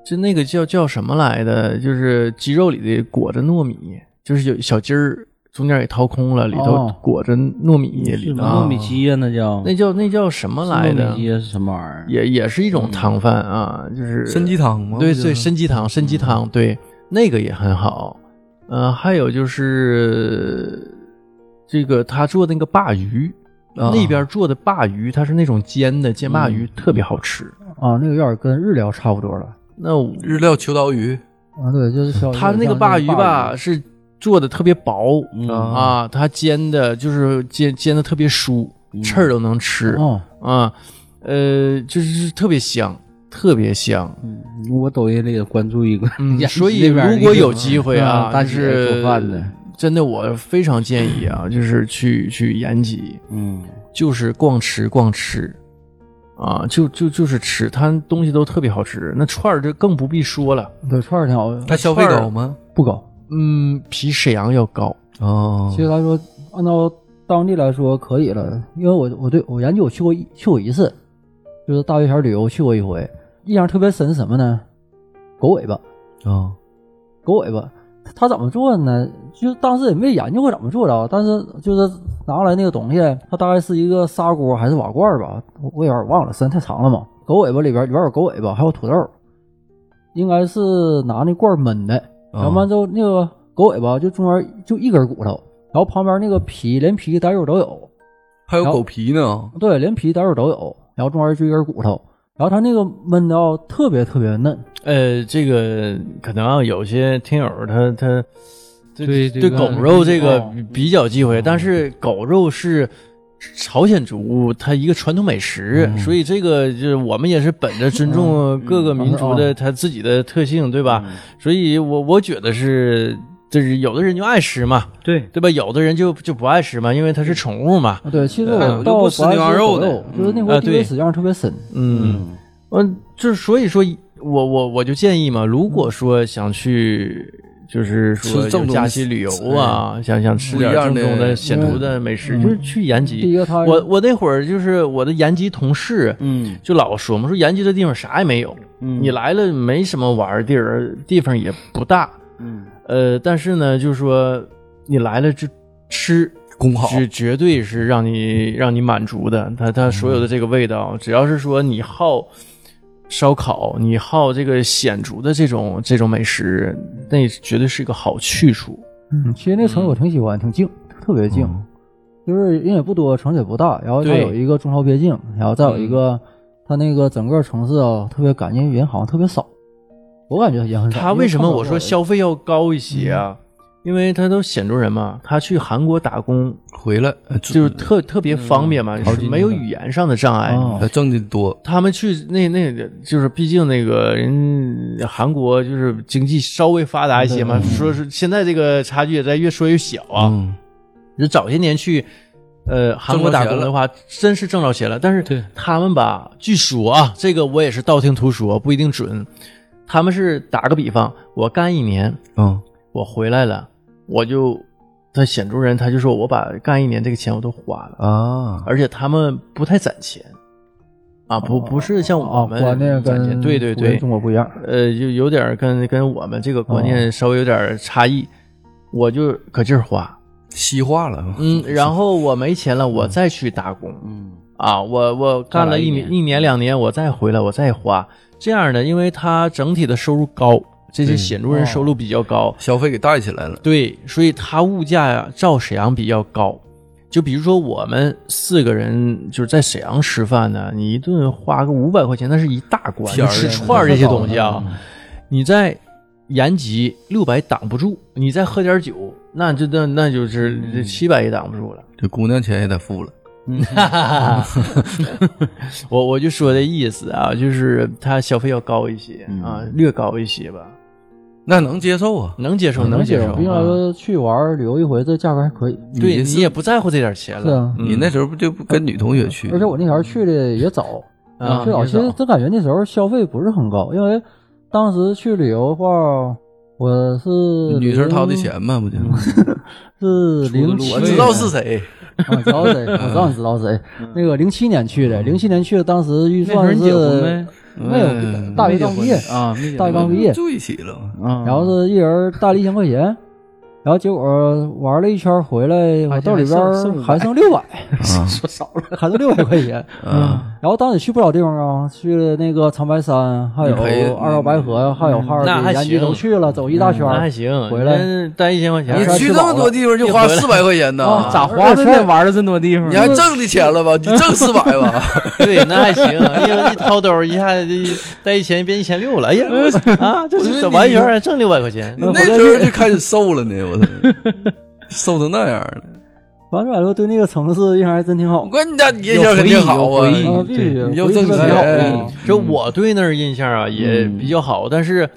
就那个叫叫什么来的，就是鸡肉里的裹着糯米，就是有小鸡儿中间给掏空了，里头
哦
裹着糯米里头，啊
糯米鸡呀，那叫
那叫那叫什么来
糯
的
米？鸡是什么玩意儿？
也也是一种汤饭啊，就是
参鸡汤吗？
对
不就
对，参鸡汤，参鸡汤，对，那个也很好。呃，还有就是这个他做那个鲅鱼，
啊
那边做的鲅鱼，它是那种煎的煎鲅鱼，特别好吃。
啊，那个有点跟日料差不多了。
那我
日料秋刀鱼，
啊，对，就是小
他那个鲅
鲅
鱼吧，，是做的特别薄、
嗯
啊，它煎的就是煎煎的特别酥，
嗯
刺儿都能吃、
哦，
啊，呃，就是特别香，特别香。
嗯，我抖音里也关注一个，
嗯
延，吉
所以
那边儿
如
一
果
个
有机会啊，
嗯大
就
姐
是
做饭的，
真的我非常建议啊，就是去去延吉，
嗯
就是逛吃逛吃，啊，就就就是吃，它东西都特别好吃，那串儿就更不必说了，
对，串儿挺好的，
它消费高吗？
不高。
嗯，比沈阳要高，
哦
其实来说，按照当地来说可以了，因为我我对我研究我去过一去过一次，就是大学前旅游去过一回，印象特别深是什么呢？狗尾巴，
哦，
狗尾巴，他怎么做的呢？就当时也没研究过怎么做的啊，但是就是拿过来那个东西，它大概是一个砂锅还是瓦罐吧，我我有点忘了，时间太长了嘛。狗尾巴里边里边有狗尾巴，还有土豆，应该是拿那罐焖的，
啊
然后完之后那个狗尾巴就中间就一根骨头，然后旁边那个皮连皮带肉都有，
还有狗皮呢，
对，连皮带肉都有，然后中间就一根骨头，然后它那个焖的啊特别特别嫩，
呃，这个可能啊，有些听友他他
对
对
这个嗯
狗肉这个
哦
比较忌讳，但是狗肉是朝鲜族它一个传统美食，
嗯
所以这个就是我们也是本着尊重各个民族的它自己的特性，对
嗯
吧？所以我我觉得是，就是有的人就爱吃嘛，
对，
对吧？有的人就就不爱吃嘛，因为它是宠物嘛，
啊对，其实
哎
我
我就
到
不
不
吃
爱
牛羊
吃
肉
狗
的
肉就是那
嗯
回
啊
地
对
位史上特别深，
嗯，嗯，就是所以说，我我我就建议嘛，如果说想去，就是说
吃正
有
宗的
假期旅游啊，想想吃
不一
点
样
正
的嗯
宗的显图的美食，就是去延
第一
吉。
个它
我我那会儿就是我的延吉同事，
嗯，
就老说嘛，说延吉这地方啥也没有，
嗯
嗯
你来了没什么玩儿地儿，地方也不大，
嗯，
呃，但是呢，就是说你来了就吃，
公好
绝绝对是让你让你满足的。它它所有的这个味道，只要是说你好烧烤，你好这个显族的这种这种美食，那绝对是一个好去处。
嗯，其实那城我挺喜欢，挺静，特别静，就是人也不多，城也不大，然后它
对嗯
有一个中朝边境，然后再有一个、它那个整个城市啊特别干净，因为人好像特别少，我感觉也很少。
他
因
为什么
看不
我
到
说
的
消费要高一些啊？因为他都显族人嘛，他去韩国打工
回来呃
就是特特别方便嘛，就是没有语言上的障碍。
哦
呃挣的多，
他们去那那个，就是毕竟那个人韩国就是经济稍微发达一些嘛，说是现在这个差距也在越缩越小啊。
嗯，
就早些年去，呃，韩国打工的话，真是挣着钱了。但
对
是他们吧，据说啊，这个我也是道听途说，不一定准。他们是打个比方，我干一年，
嗯，
我回来了，我就他显著人他就说我把干一年这个钱我都花了。
啊，
而且他们不太攒钱，啊，不不是像我
啊，
们
观念
攒
跟
钱，对对
古人
对
中，国不一样。
呃，就有点儿跟跟我们这个观念稍微有点儿差异，我就可劲儿花，
西化了，
嗯，然后我没钱了，我再去打工，
嗯，
啊，我我干了一
再来一
年
年
一年两年，我再回来我再花，这样的，因为他整体的收入高，这些显著人收入比较高，
消费给带起来了，
对，所以它物价呀、照沈阳比较高。就比如说我们四个人就是在沈阳吃饭呢，你一顿花个五百块钱，那是一大 关，
天
啊
就
儿
吃
呀
串儿这些东西啊
嗯。
你在延吉六百挡不住，你再喝点酒，那就那那
嗯
就是七百也挡不 住了。
这姑娘钱也得付了，
我我就说这意思啊，就是它消费要高一些啊，
嗯
略高一些吧，
那能接受啊，
能接受，
嗯能
接
接
受
受，。毕竟来
啊
说去玩儿旅游一回，这价格还可以。
对
你
你
是
也不在乎这点钱
是
了。嗯
啊，
你那时候不就不跟女同学去？
而且我那前儿去的也早，
啊
最早其实真感觉那时候消费不是很高，因为当时去旅游的话，我是
女生掏的
零嗯
钱嘛，不就？
是零七，
我知道 是谁，
啊，知道谁，我知道你知道谁。
嗯
那个零七年去的，零七年去的，当时预
那时候
算
你
是
结婚嗯没？
没有，大学刚毕业，
啊，没结
大学刚
婚
毕业，
嗯住一起了 嘛，
啊，
然后是一人带了一千块钱，然后结果玩了一圈回来，我兜里边儿还剩六百，
说少了，
还剩六百块钱。
啊，
然后当时去不少地方啊，去了那个长白山，还
你嗯陪
有二道白河，还有哈尔
那还
滨、
行嗯
延吉都去了，走一大圈儿。
那还行，
回来
那带一千块钱，
嗯
你去那么多地方就花四百块钱呢，
啊
咋花的呢？玩了这么多地方
你，还挣的钱了吧？你挣四百 吧？
对，那还行，因为一掏兜儿一下就带一千变一千六了，哎呀啊，这是怎么一圈儿还挣六百块钱
你？那时候就开始瘦了呢，我操， 瘦成那样了。
完了之后，对那个城市印象还真挺好
我。管你家你印象肯定好啊，
有回忆有
啊
回忆
必须
对
你要
回忆
挣
特别
钱
好啊
就嗯我对那儿印象啊也比较好，但是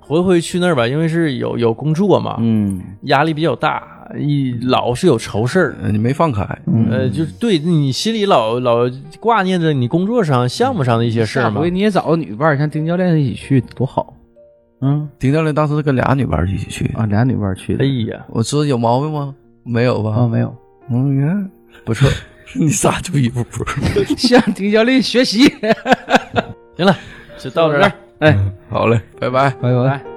回回去那儿吧，因为是有有工作嘛，
嗯，
压力比较大，一老是有愁事儿。
呃你没放开，
嗯
呃，就是对你心里老老挂念着你工作上、项目上的一些事儿
下
嘛
回。你也找个女伴儿，像丁教练一起去多好。嗯
丁教练当时是跟俩女伴一起去，
啊，俩女伴儿去
哎
的，
呀，
我说有毛病吗？没有
啊，
吧？
没有，
嗯，你看不错， 你仨就一步步。
向丁教练学习。
行了，就到这儿了。
哎，
好嘞，拜拜。
拜拜
拜。